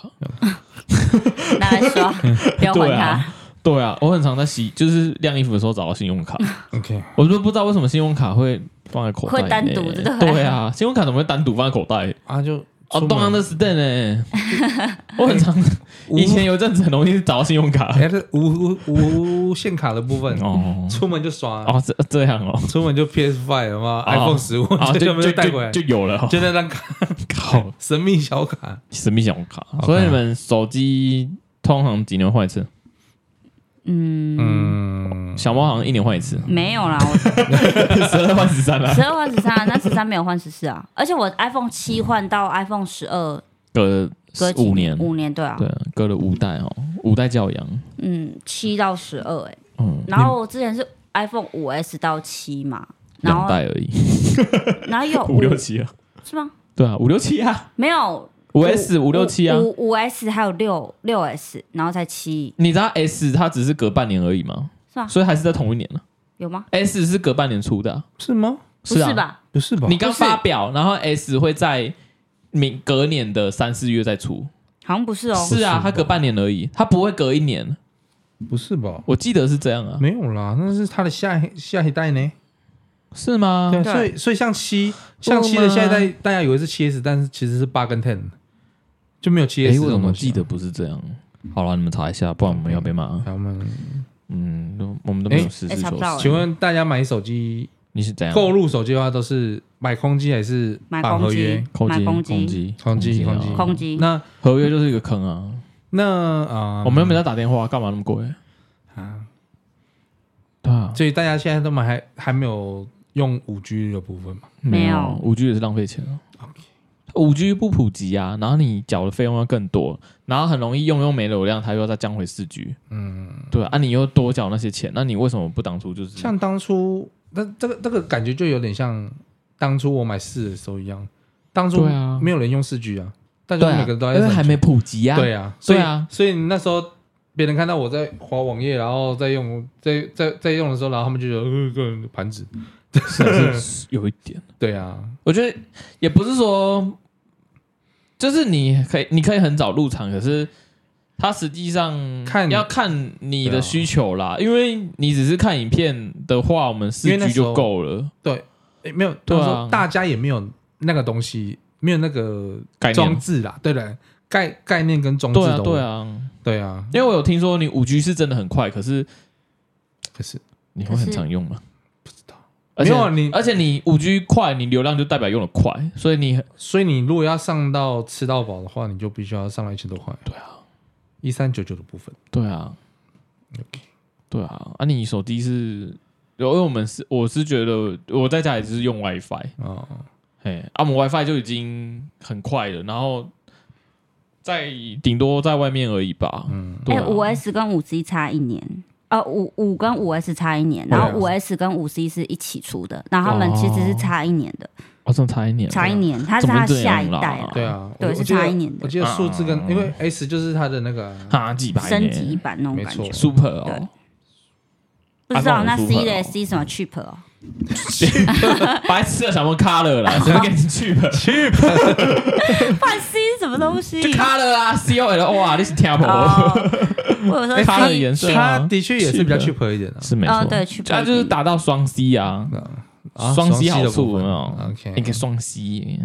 S3: 拿来 刷，不要
S1: 对
S3: 还它
S1: 啊。对啊，我很常在洗，就是晾衣服的时候找到信 用卡，
S2: OK，
S1: 我就不知道为什么信用卡会放在口袋、
S3: 会单独对不对
S1: 对啊，信用卡怎么会单独放在口袋？
S2: 啊就
S1: 哦，
S2: 出门
S1: 东阳的 stand 呢？我很常
S2: 无
S1: 以前有一阵子很容易找到信用 卡
S2: 哎，这无无无线卡的部分，
S1: 哦
S2: 出门就刷，
S1: 哦这这样 哦，
S2: 出门就 PS Five 嘛，iPhone 十五，
S1: 啊
S2: 这
S1: 就
S2: 就没
S1: 就
S2: 有带回来，
S1: 就就有了哦，
S2: 就那张卡
S1: 靠
S2: 神秘小卡，
S1: 神秘信用卡。
S2: OK
S1: 所以你们手机通常几年换一次？
S3: 嗯，
S2: 嗯，
S1: 小猫好像一年换一 次，
S3: 没有啦，我。
S1: 十二换十三啊了
S3: 十二换十三，那十三没有换十四啊。而且我 iPhone 七换到 iPhone 十二，
S1: 隔
S3: 隔几
S1: 五年，
S3: 五年对啊，
S1: 对，隔了五代哦，五代教养，
S3: 嗯，七到十二哎。
S1: 嗯，
S3: 然后我之前是 iPhone 五 S 到七嘛，然
S1: 两
S3: 后
S1: 代而已，
S3: 然后有
S1: 五六七啊，
S3: 是吗？
S1: 对啊，五六七啊，
S3: 没有
S1: 五 S 五六七啊。
S3: 五五 S 还有六六 S，然后才七
S1: 你知道 S 它只是隔半年而已吗？
S3: 是吗
S1: 所以还是在同一年了。
S3: 有吗？
S1: S 是隔半年出的啊，
S2: 是吗？
S3: 不是
S1: 啊，
S3: 吧？
S2: 不是吧？
S1: 你刚
S3: 不是
S1: 发表，然后 S 会在明隔年的三四月再出。
S3: 好像不是哦。
S1: 是啊，它隔半年而已，它不会隔一年。
S2: 不是吧？
S1: 我记得是这样啊，
S2: 没有啦，那是它的下一下一代呢。
S1: 是吗？
S2: 对啊，
S3: 对
S2: 所以所以像七像七的下一代，大家以为是七 S，但是其实是八跟 ten，就没有七
S1: 哎，
S2: S。
S1: 我怎么记得？不是这样？好了，你们查一下，不然我们要被骂啊。
S2: 他们，
S1: 嗯，都我们都没有实事
S3: 哎查
S1: 求
S3: 不
S1: 是
S3: 到。
S2: 请问大家买手机
S1: 你是怎样？
S2: 购入手机的话，都是买空机还是
S3: 买
S2: 绑
S3: 公
S2: 合
S3: 鸡
S2: 约？，
S1: 空
S3: 买
S1: 机，
S3: 公
S1: 空
S3: 鸡，
S1: 机，
S2: 空机
S1: 啊
S2: 空机
S3: 公鸡。
S2: 那
S1: 合约就是一个坑啊！
S2: 那啊，
S1: 我们又没在打电话，干嘛那么贵
S2: 啊，
S1: 对啊，
S2: 所以大家现在都买还还没有用五 G 的部分嘛？
S3: 没有
S1: 五 G 也是浪费钱啊。五 G 不普及啊，然后你缴的费用要更多，然后很容易用用没流量，它又要再降回四 G。嗯，对啊，啊你又多缴那些钱，那你为什么不当初就是
S2: 像当初那这个这个感觉就有点像当初我买四的时候一样，当初
S1: 对啊
S2: 没有人用四 G 啊，大
S1: 对
S2: 家
S1: 啊，
S2: 每个人都
S1: 因
S2: 在
S1: 为
S2: 三
S1: 还
S2: G
S1: 没普及啊。
S2: 对啊，所以
S1: 对啊
S2: 所以那时候别人看到我在滑网页，然后在用在在在用的时候，然后他们就觉得呃，这个盘子，
S1: 是啊是有一点。
S2: 对啊，
S1: 我觉得也不是说，就是你可以你可以很早入场，可是它实际上
S2: 看
S1: 嗯要看你的需求啦，因为你只是看影片的话，我们四
S2: 啊因为那
S1: G
S2: 时候
S1: 就够了，
S2: 对，诶没有，
S1: 对啊
S2: 他说大家也没有那个东西，没有那个
S1: 概
S2: 装
S1: 念。
S2: 置啦，对的，概概念跟装置
S1: 对啊，
S2: 都
S1: 对啊，
S2: 对啊，
S1: 因为我有听说你五 G 是真的很快，可是
S2: 可是
S1: 你会很常用吗？不
S2: 没
S1: 知
S2: 有
S1: 道。
S2: 啊
S1: 而且
S2: 你
S1: 而且你五 G 快，你流量就代表用的快，所以你
S2: 所以你如果要上到吃到饱的话，你就必须要上到一千多块，
S1: 对啊，
S2: 一三九九的部分。
S1: 对啊对啊，啊，你手机是，因为我们是我是觉得我在家里就是用 WiFi，
S2: 哦，
S1: 哎，啊，我们 WiFi 就已经很快了，然后在顶多在外面而已吧。
S3: 哎
S2: 嗯，
S1: 对啊
S3: 五 S 跟五 C 差一年，呃，五五跟五 S 差一年，然
S1: 啊
S3: 后五 S 跟五 C 是一起出的，然后他们其实是差一年的，
S1: 哦，这差一年，
S3: 差一年，它是
S1: 怎么
S3: 它
S1: 会这
S3: 下
S1: 样
S3: 一
S1: 啦
S3: 代了，
S2: 对啊，
S3: 对
S2: 我
S3: 是
S2: 我记得
S3: 差一年的
S2: 我记得数字跟因为 S 就是它的那个啊
S1: 啊，几百
S3: 升
S1: 年
S3: 级版那种
S2: 没
S3: 感
S2: 错
S3: 觉。
S1: ，Super 哦，
S3: 不知道
S1: iPhone
S3: 那
S1: 很舒服
S3: C 的
S1: 哦
S3: C 什么 cheap 哦，
S1: 白痴的什么 Color 啦，谁会给你去 吧？去吧，
S3: 换 C 是什么东西？
S1: 就 Color 啊，C O L O 啊，你是听不懂？
S3: 嗯 哦，我有时候
S1: 哎
S3: C
S1: 它的颜色
S2: 它的确也是比较
S1: cheap
S2: cheap 一点的
S1: 是没错，
S3: 嗯对去
S1: 它啊就是打到双 C 啊，
S2: 啊
S1: 双 C 好
S2: 的
S1: 处
S2: 部
S1: 有
S2: 分
S1: 没有
S2: OK，
S1: 一个双 C，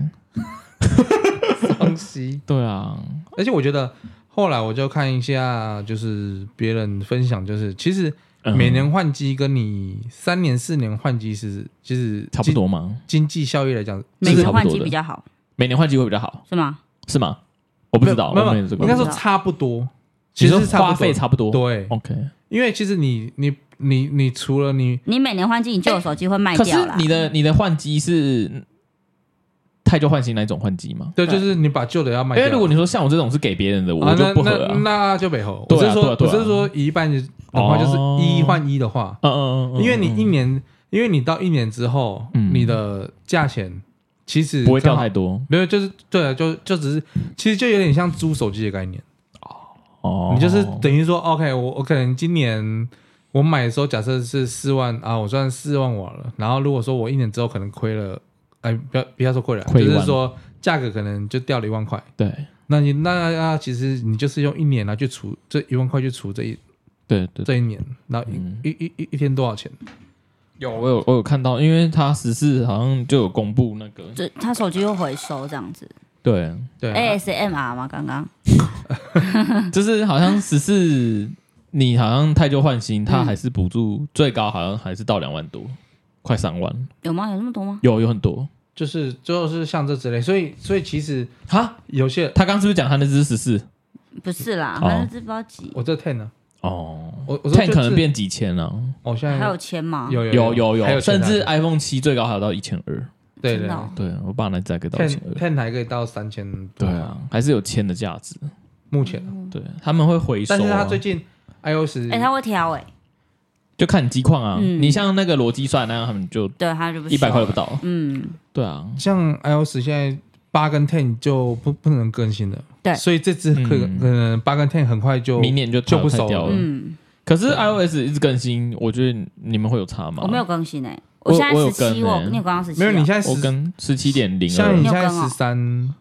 S2: 双 C。
S1: 对啊，
S2: 而且我觉得后来我就看一下，就是别人分享，就是其实
S1: 嗯
S2: 每年换机跟你三年四年换机是其实
S1: 差不多嘛，
S2: 经经济效益来讲，
S3: 每
S1: 是
S3: 年
S1: 差不
S3: 换
S1: 多
S3: 机
S1: 的
S3: 比较好，
S1: 每年换机会比较好，
S3: 是吗？
S1: 是吗？我不知道，
S2: 没有
S1: 我没
S2: 没有
S1: 有这个
S2: 应该说
S3: 我不知道
S2: 差不多，
S1: 其
S2: 其
S1: 实
S2: 实是差不多
S1: 花费差不多。
S2: 对，
S1: OK，
S2: 因为其实你你你你除了你
S3: 你每年换机，你旧的手机会卖
S1: 哎可
S3: 掉
S1: 是
S3: 啦。
S1: 你的你的换机是太旧换新那一种换机吗？
S2: 对，
S3: 对
S2: 就是你把旧的要卖
S1: 因
S2: 掉。
S1: 哎为如果你说像我这种是给别人的，我
S2: 啊，
S1: 就
S2: 那
S1: 不合
S2: 那
S1: 啊。
S2: 那就没合。
S1: 对
S2: 我
S1: 啊对
S2: 是
S1: 啊
S2: 说，
S1: 对
S2: 我
S1: 啊
S2: 是说一半的话就是
S1: 哦
S2: 一换一的话，
S1: 嗯嗯嗯，
S2: 因为你一
S1: 嗯
S2: 年，因为你到一年之后，
S1: 嗯
S2: 你的价钱其实
S1: 不会掉
S2: 刚好
S1: 太多
S2: 没有，就是对啊，就就只是，其实就有点像租手机的概念。
S1: 哦。
S2: 你就是等于说，OK，我我可能今年我买的时候，假设是四万啊，我赚四万瓦了。然后如果说我一年之后可能亏了，哎，不要不要说亏了，
S1: 亏一
S2: 就
S1: 万
S2: 是说价格可能就掉了一万块。
S1: 对
S2: 那你那那其实你就是用一年来去除这一万块去除这一
S1: 对对，
S2: 这一年，然后一、
S1: 嗯
S2: 一一一一天多少钱？
S1: 有我有我有看到，因为他十四好像就有公布那个
S3: 这他手机又回收这样子
S1: 对，
S2: 对、啊，
S3: 哎，ASMR 吗？刚刚
S1: 就是好像十四你好像太旧换新，他
S3: 嗯
S1: 还是补助最高好像还是到两万多，快三万，
S3: 有吗？有那么多吗？
S1: 有有很多
S2: 就是就是像这之类，所以所以其实
S1: 哈，
S2: 有些
S1: 他刚刚是不是讲他那只十四？
S3: 不是啦，
S1: 哦
S3: 反正这不知道几，
S2: 我这 ten 呢、
S1: 哦
S2: 啊，我我说
S1: ，Ten
S2: 就是
S1: 可能，变几千了、
S2: 我、现在
S3: 还有钱吗？
S2: 有
S1: 有有
S2: 还
S1: 有，
S2: 有
S1: 甚至
S2: 1000
S1: iPhone 七最高还有到一千二。
S2: 对
S3: 真
S2: 对
S3: 的哦
S1: 对我爸那只还可以到一
S2: ten
S1: 千二。
S2: ten 还可以到三千多，
S1: 对，啊，还是有千的价值。
S2: 目前啊、
S1: 对，他们会回收、啊，
S2: 但是它最近 iOS
S3: 哎，他会挑哎，
S1: 就看你机况啊。
S3: 嗯
S1: 你像那个逻辑算那样，他们就
S3: 对，他就不收
S1: 一百块都不。到。
S3: 嗯，
S1: 对啊，
S2: 像 iOS 现在八跟 ten 就不不能更新了，
S3: 对
S2: 所以这只可、
S1: 嗯
S2: 可能八跟 ten 很快就
S1: 明年就淘
S2: 就不
S1: 汰
S2: 熟
S1: 掉
S2: 了
S1: 了。
S3: 嗯，
S1: 可是 iOS 一直更新，我觉得你们会有差吗？
S3: 我没有，更新哎，
S1: 哦我
S3: 现在
S1: 我有
S3: 十
S1: 跟
S3: 七，
S1: 欸
S3: 我你有刚刚十七？
S2: 没
S3: 哦
S2: 有，你现在
S1: 我
S2: 十
S1: 跟十七点零
S2: 像你
S1: 二
S2: 现在
S3: 你有更哦
S2: 十三，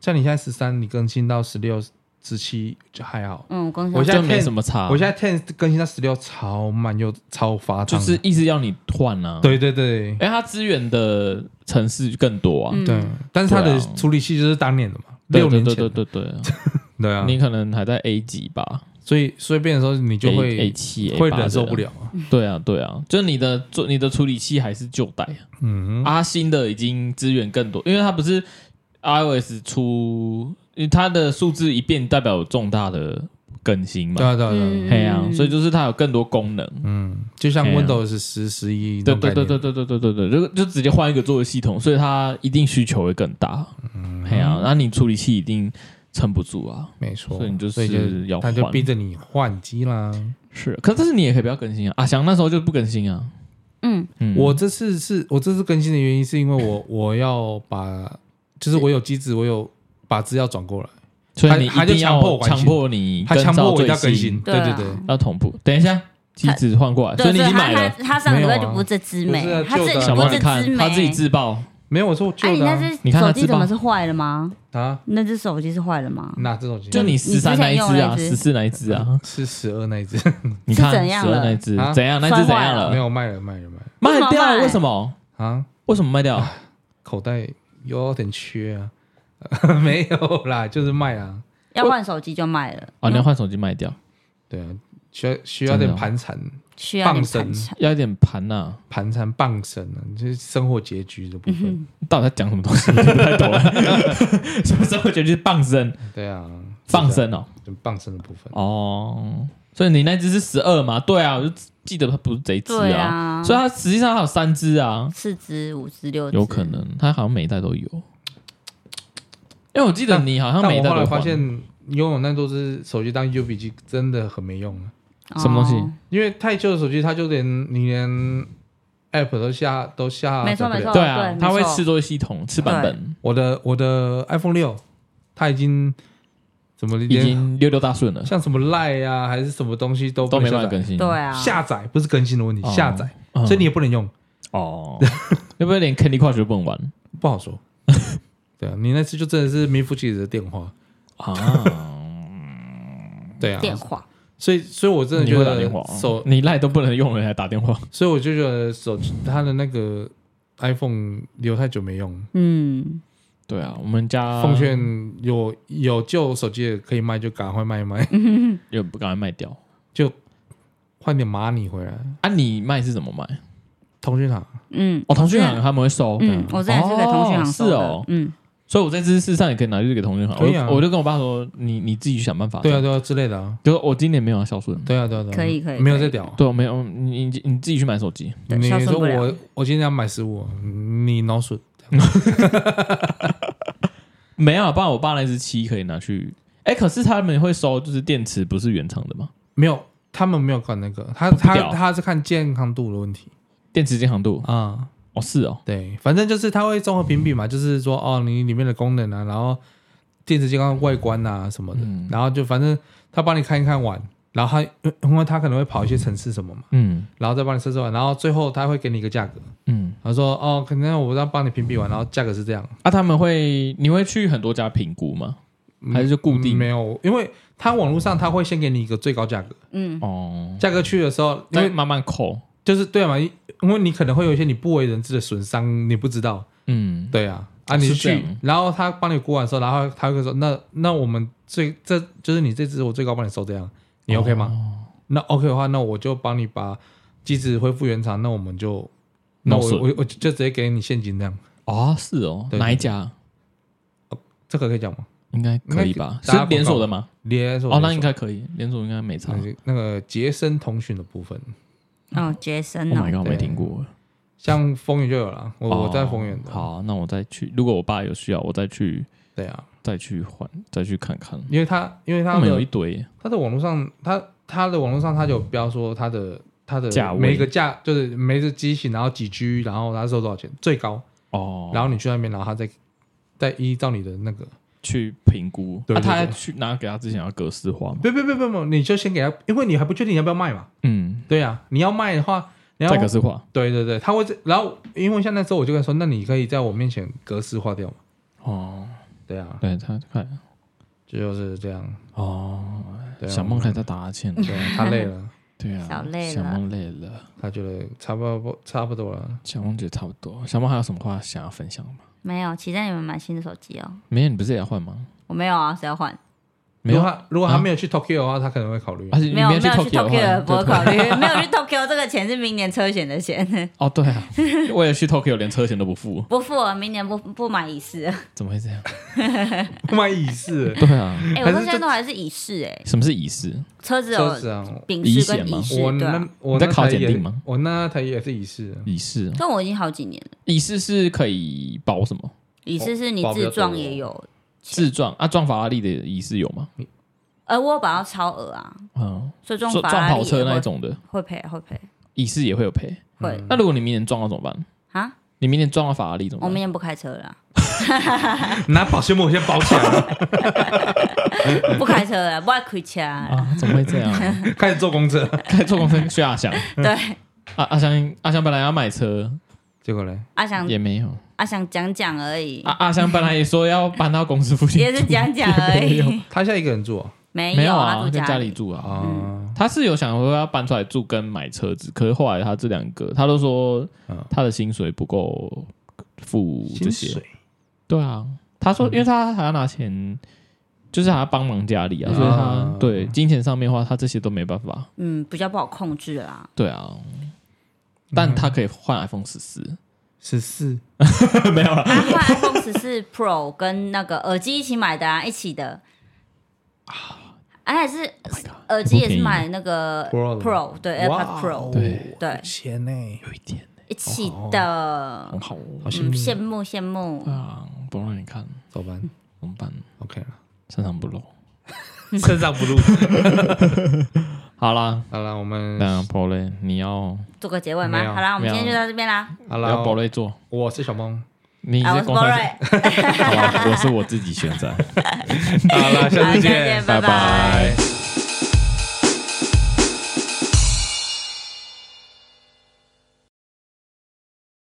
S2: 像你现在十三，你更新到十六、十七就还好。
S3: 嗯，我更新
S2: 我
S3: 了
S2: 现在
S1: 就没
S2: ten-
S1: 什么差。
S2: 我现在 ten 更新到十六超慢又超发烫
S1: 就
S2: 的，
S1: 是一直要你换啊。，
S2: 对对对、
S1: 哎，它支援的城市更多啊。
S3: 嗯
S2: 对，但是它
S1: 对
S2: 的
S1: 啊
S2: 处理器就是当年的嘛，
S1: 对
S2: 六
S1: 对
S2: 年
S1: 对
S2: 前
S1: 对对对，
S2: 对啊，
S1: 你可能还在 A 级吧，
S2: 所以所以变的时候你就
S1: A, A
S2: 会
S1: 七 A
S2: 会
S1: 八
S2: 忍受不。了啊，
S1: 对啊，对啊，就是你的做你的处理器还是旧代啊，
S2: 嗯，
S1: 阿新的已经资源更多，因为它不是 iOS 出，因为它的数字一变代表有重大的更新
S2: 对
S1: 嘛。
S2: 啊对啊对啊，
S3: 嗯
S1: 对啊，所以就是它有更多功能。
S2: 嗯，就像
S1: 对啊
S2: Windows 十十一
S1: 对对对对对对对对对，就就直接换一个作为系统，所以它一定需求会更大。
S2: 嗯
S1: 哎呀、啊，那你处理器一定撑不住啊。
S2: 没错，
S1: 所以你就是
S2: 哦所以就
S1: 要
S2: 他就
S1: 换嗯
S2: 逼着你换机啦。
S1: 是，可是你也可以不要更新啊。阿翔那时候就不更新啊。
S3: 嗯，
S1: 嗯，
S2: 我这次是我这次更新的原因，是因为我我要把，就是我有机子，我有把资料转过来，
S1: 所以你
S2: 他
S1: 一
S2: 他就
S1: 定
S2: 强迫
S1: 要
S2: 我更
S1: 强
S2: 新
S1: 迫你
S2: 他
S1: 跟
S2: 强迫
S1: 照
S2: 我一
S1: 最
S2: 定要更新，
S1: 新，
S2: 对对
S3: 对
S2: 对
S3: 啊，
S1: 要同步。等一下，机子换过啊来，所
S3: 对，
S1: 以你已
S3: 所以
S1: 经
S3: 他
S1: 买
S3: 他
S1: 了。
S3: 他上礼拜就不是这支
S2: 没
S3: 梅
S2: 有啊，
S3: 他自
S2: 不是啊
S3: 己
S1: 小
S2: 旧的
S1: 猫，
S3: 不
S1: 你
S3: 是
S1: 看
S3: 支梅，
S1: 他自己自爆，
S2: 没有我说我
S3: 哎，
S2: 旧
S3: 你
S2: 的啊
S1: 你看他
S3: 那只手
S1: 自
S3: 机
S1: 爆
S3: 怎么是坏了吗？
S2: 啊，
S3: 那只手机是坏了吗？
S2: 那这种
S1: 就你十三那一只啊，
S3: 你之前用的那一
S1: 十
S3: 只
S1: 四那一只啊，
S2: 是十二那 一只，
S1: 你看
S3: 是怎样
S1: 十
S3: 了
S1: 二那一只
S2: 啊
S1: 怎样？那一只
S3: 摔
S1: 怎
S3: 坏
S1: 样
S3: 了
S2: 没
S1: 了？
S2: 有卖了卖了卖了
S3: 为什
S1: 卖
S3: 么
S1: 掉？
S3: 卖
S1: 为什么？
S2: 啊，
S1: 为什么卖掉？
S2: 口袋有点缺啊， 没有啦，就是卖啊，
S3: 要换手机就卖了，
S1: 哦，你要换手机卖掉，
S2: 对啊，需要需
S1: 哦
S2: 要点盘缠
S3: 需要你
S2: 放生
S3: 盘缠。
S1: 要一点盘呐。
S2: 盘缠傍身啊，就是生活拮据的部分，
S1: 到底在讲什么东西？我不太 懂了。什么时候觉得是傍身？
S2: 对啊，
S1: 放生哦，
S2: 就傍身的部分，
S1: 哦，所以你那只是十二嘛？对啊，我就记得它不是这一只
S3: 对
S1: 啊，
S3: 啊，
S1: 所以它实际上还有三只啊，
S3: 四只、五只、六只，
S1: 有可能它好像每一代都有。因为我记得你好像
S2: 但
S1: 每一
S2: 我
S1: 代
S2: 后
S1: 都
S2: 来
S1: 有
S2: 发
S1: 换
S2: 现拥有那多只手机当 U B G 真的很没用啊，
S3: 哦
S1: 什么东西？
S2: 因为太旧的手机它就连你连 App 都下都下，
S3: 没错没错，
S1: 对啊，
S3: 没
S1: 它会
S3: 错
S1: 吃作业系统，吃版本，
S2: 我的我的 iPhone 六，它已经怎么
S1: 已
S2: 连
S1: 经溜溜大顺了，
S2: 像什么赖呀、啊、还是什么东西都
S1: 都
S2: 不
S1: 没
S2: 能下
S1: 办法
S2: 载，
S1: 更新。
S3: 对啊，
S2: 下载不是更新的问题，
S1: 哦
S2: 下载，
S1: 嗯，
S2: 所以你也不能用，
S1: 哦，要不要连 Candy Crush 都不能玩
S2: 不好说。 对啊，你那次就真的是名副其实的电话，
S1: 啊？
S2: 对啊，
S3: 电话
S2: 所以所以我真的
S1: 你
S2: 觉
S1: 会
S2: 得
S1: 打电话？
S2: 手，
S1: 你赖都不能用了，还打电话？
S2: 所以我就觉得手它的那个 iPhone 留太久没用，
S3: 嗯，
S1: 对啊，我们家
S2: 奉劝有有旧手机的可以卖就赶快卖一卖，
S3: 嗯
S1: 又不赶快卖掉
S2: 就换点 money 回来，
S1: 啊？你卖是怎么卖？
S2: 通讯行。
S3: 嗯，
S1: 哦，通讯行他们会收，
S3: 嗯，我之前是给通讯行收的
S1: 哦是哦
S3: 嗯，
S1: 所以我在这次事上也可以拿去给同学行。
S2: 可以啊
S1: 我就我就跟我爸说，你你自己去想办法。
S2: 对啊，，对啊之类的啊，
S1: 就我今年没有要孝顺，
S2: 对啊，对啊，对啊，
S3: 可以可以
S2: 没有
S3: 可以
S2: 在屌。
S1: 对，我没有，你你你自己去买手机。
S3: 对
S2: 你
S3: 孝顺
S2: 说
S3: 不了
S2: 我我今天要买食物，你脑损，
S1: 没有，啊不然我爸那只七可以拿去。哎，可是他们会收，就是电池不是原厂的吗？
S2: 没有，他们没有管那个，他他
S1: 屌
S2: 他是看健康度的问题
S1: 电池健康度
S2: 啊。
S1: 哦，是哦，
S2: 对，反正就是他会综合评比嘛，就是说哦，你里面的功能啊，然后电池健康外观啊什么的，
S1: 嗯
S2: 然后就反正他帮你看一看完，然后他因为因为他可能会跑一些城市什么嘛，
S1: 嗯
S2: 然后再帮你测试完，然后最后他会给你一个价格，
S1: 嗯。
S2: 他说哦，可能我要帮你评比完，然后价格是这样，
S1: 啊，他们会你会去很多家评估吗？还是就固定？
S2: 没有，因为他网络上他会先给你一个最高价格，
S3: 嗯，
S1: 哦，
S2: 价格去的时候，因
S1: 再
S2: 为
S1: 慢慢扣。
S2: 就是对嘛，因因为你可能会有一些你不为人知的损伤，你不知道，
S1: 嗯，
S2: 对啊，啊，你
S1: 是这
S2: 去
S1: 样，
S2: 然后他帮你估完的时候，然后他会说，那那我们最这就是你这只我最高帮你收这样，你 OK 吗？
S1: 哦
S2: 那 OK 的话，那我就帮你把机子恢复原厂，那我们就，那
S1: 弄
S2: 我
S1: 损
S2: 我我就直接给你现金这样，
S1: 哦，是哦，
S2: 对对
S1: 哪一家？
S2: 这个可以讲吗？
S1: 应该可以吧？
S2: 应该
S1: 是连锁的吗？
S2: 连锁
S1: 哦，那应
S2: 个
S1: 该可以，连锁应该没差。Oh
S2: 那个杰森通讯的部分，
S3: 哦，杰森哦
S1: Oh my，god，我没
S2: 对
S1: 听过。
S2: 像丰原就有了，我我在
S1: 哦
S2: 丰原的，
S1: 好，那我再去，如果我爸有需要，我再去
S2: 对啊，
S1: 再去换，再去看看。
S2: 因为他因为他
S1: 他们
S2: 没有
S1: 有一堆
S2: 他在网络上，他他的网络上他就有标说他的他的
S1: 价位
S2: 每一个价就是每一只机型，然后几 G，然后他收多少钱最高，
S1: 哦，
S2: 然
S1: 后
S2: 后你去那边，然后他再再依照你的那个，
S1: 去评估。
S2: 对
S1: 那
S2: 对
S1: 他
S2: 对
S1: 去拿给他之前要格式化嘛？
S2: 不不不不不，你就先给他，因为你还不确定你要不要卖嘛。
S1: 嗯，
S2: 对啊，你要卖的话，你要
S1: 再格式化。
S2: 对对对，他会在，然后因为像那时候我就跟他说，那你可以在我面前格式化掉嘛。
S1: 哦，
S2: 对啊，
S1: 对他看
S2: 这就是这样。
S1: 哦，
S2: 对啊、
S1: 小梦还在打哈欠。
S2: 对啊、他累了，
S1: 对啊，
S3: 小累了
S1: 小梦累了，
S2: 他觉得差不多差不多了。
S1: 小梦觉得差不多。小梦还有什么话想要分享吗？
S3: 没有，期待你们买新的手机哦。
S1: 没有，你不啊是也要换吗？
S3: 我没有啊，谁要换？
S1: 没
S2: 如
S1: 有
S2: 果，他如果他
S1: 啊哎
S2: 没有去 Tokyo 的话，他可能会考虑。
S1: 而且你
S3: 没有，没有
S1: 去
S3: 去
S1: Tokyo 啊的话
S3: Tokyo 不会
S1: 对
S3: 考虑，没有去 Tokyo 这个钱是明年车险的钱，
S1: 哦，对啊， 我也去 Tokyo 连车钱都不付，
S3: 不付了，明年不不买 乙式。
S1: 怎么会 这样？
S2: 买乙式，
S1: 对啊，
S3: 哎，我
S2: 还是
S3: 到现在
S2: 就
S3: 都还是乙式哎，
S1: 什么是仪式？
S3: 车子
S2: 车
S3: 有
S2: 子啊，
S3: 丙
S1: 乙
S3: 式
S1: 险
S3: 跟
S1: 吗
S3: 乙式，
S2: 我
S3: 对啊
S2: 那。我
S1: 你在
S2: 那
S1: 考
S2: 台
S1: 检
S2: 也
S1: 定吗
S2: 我那台也是乙式，啊
S1: 仪式，
S3: 但我已经好几年了，
S1: 仪式是可以保什么？
S3: 乙式是你
S2: 哦保比较
S3: 自撞
S2: 多
S3: 也有，
S1: 自撞啊，撞法拉利的仪式有吗？
S3: 而呃我有保到超额啊，
S1: 嗯，
S3: 所以撞
S1: 撞
S3: 法
S1: 撞
S3: 拉利
S1: 跑车
S3: 也
S1: 那一
S3: 会
S1: 种嗯的
S3: 会赔会赔
S1: 仪式也会有赔。
S3: 会
S1: 那如果你明年撞到怎么办？
S3: 啊！
S1: 你明年撞到法拉利怎么
S3: 我明
S1: 办？
S3: 年不开车了啊，
S2: 拿保鲜膜先包起来。
S3: 不开车了， 不爱开车 了。
S1: 啊，怎么会这样？
S2: 开始坐公车，
S1: 开做公司去阿翔，
S3: 对，
S1: 阿阿翔阿翔本来要买车
S2: 结果嘞，
S3: 阿翔
S1: 也没有，
S3: 阿翔啊讲讲而已
S2: 啊
S1: 啊阿，阿翔本来也说要搬到公司附近，
S3: 也是讲讲而
S1: 也没
S3: 已，
S2: 他现在一个人住哦
S3: 没
S1: 没有
S3: 啊，
S1: 啊，
S3: 住
S1: 在家里
S3: 里。
S1: 住啊。
S2: 啊，
S1: 他是有想说要搬出来住跟买车子，可是后来他这两个，他都说
S2: 嗯
S1: 他的薪水不够付这
S2: 啊薪
S1: 些。
S2: 水
S1: 对啊，他说，因为他还要拿钱，就是还要帮忙家里啊，所以他
S2: 啊
S1: 对金钱上面的话，他这些都没办法。
S3: 嗯，比较不好控制啦。
S1: 对啊，但他可以换 iPhone 十四，
S2: 十四，
S3: 他换啊 iPhone 十四 Pro 跟那个耳机一起买的啊，一起的。而且是耳机也是买那个
S2: Pro 的
S3: Pro，对 AirPod
S2: 哇哦
S3: Pro，
S1: 对
S3: 对，
S2: 钱呢？
S1: 有一点
S3: 一起的
S1: 很。好哦，
S2: 好羡
S3: 嗯，
S2: 慕，
S3: 羡慕羡慕
S1: 对。啊，不让你看
S2: 走吧
S1: 怎么办？
S2: ，OK 了，
S1: 深藏不露。
S2: 肾上不露。
S1: 好啦，
S2: 好了，我们
S1: 那宝雷，你要
S3: 做个结尾
S2: 没
S3: 吗？
S2: 有
S3: 好啦，我们
S1: 没有
S3: 今天就到这边啦。
S2: 好
S1: 不
S2: 了，
S1: 要宝雷做？
S2: 我是小梦，
S1: 你
S3: 啊，我
S1: 是
S3: 是
S1: 公
S3: b o
S1: 开
S3: r
S1: 讲
S3: y
S1: 好吧，我是我自己选择。
S2: 好了， 下
S3: 好，下
S2: 次
S3: 次见，
S2: 见，
S1: 拜拜
S3: 拜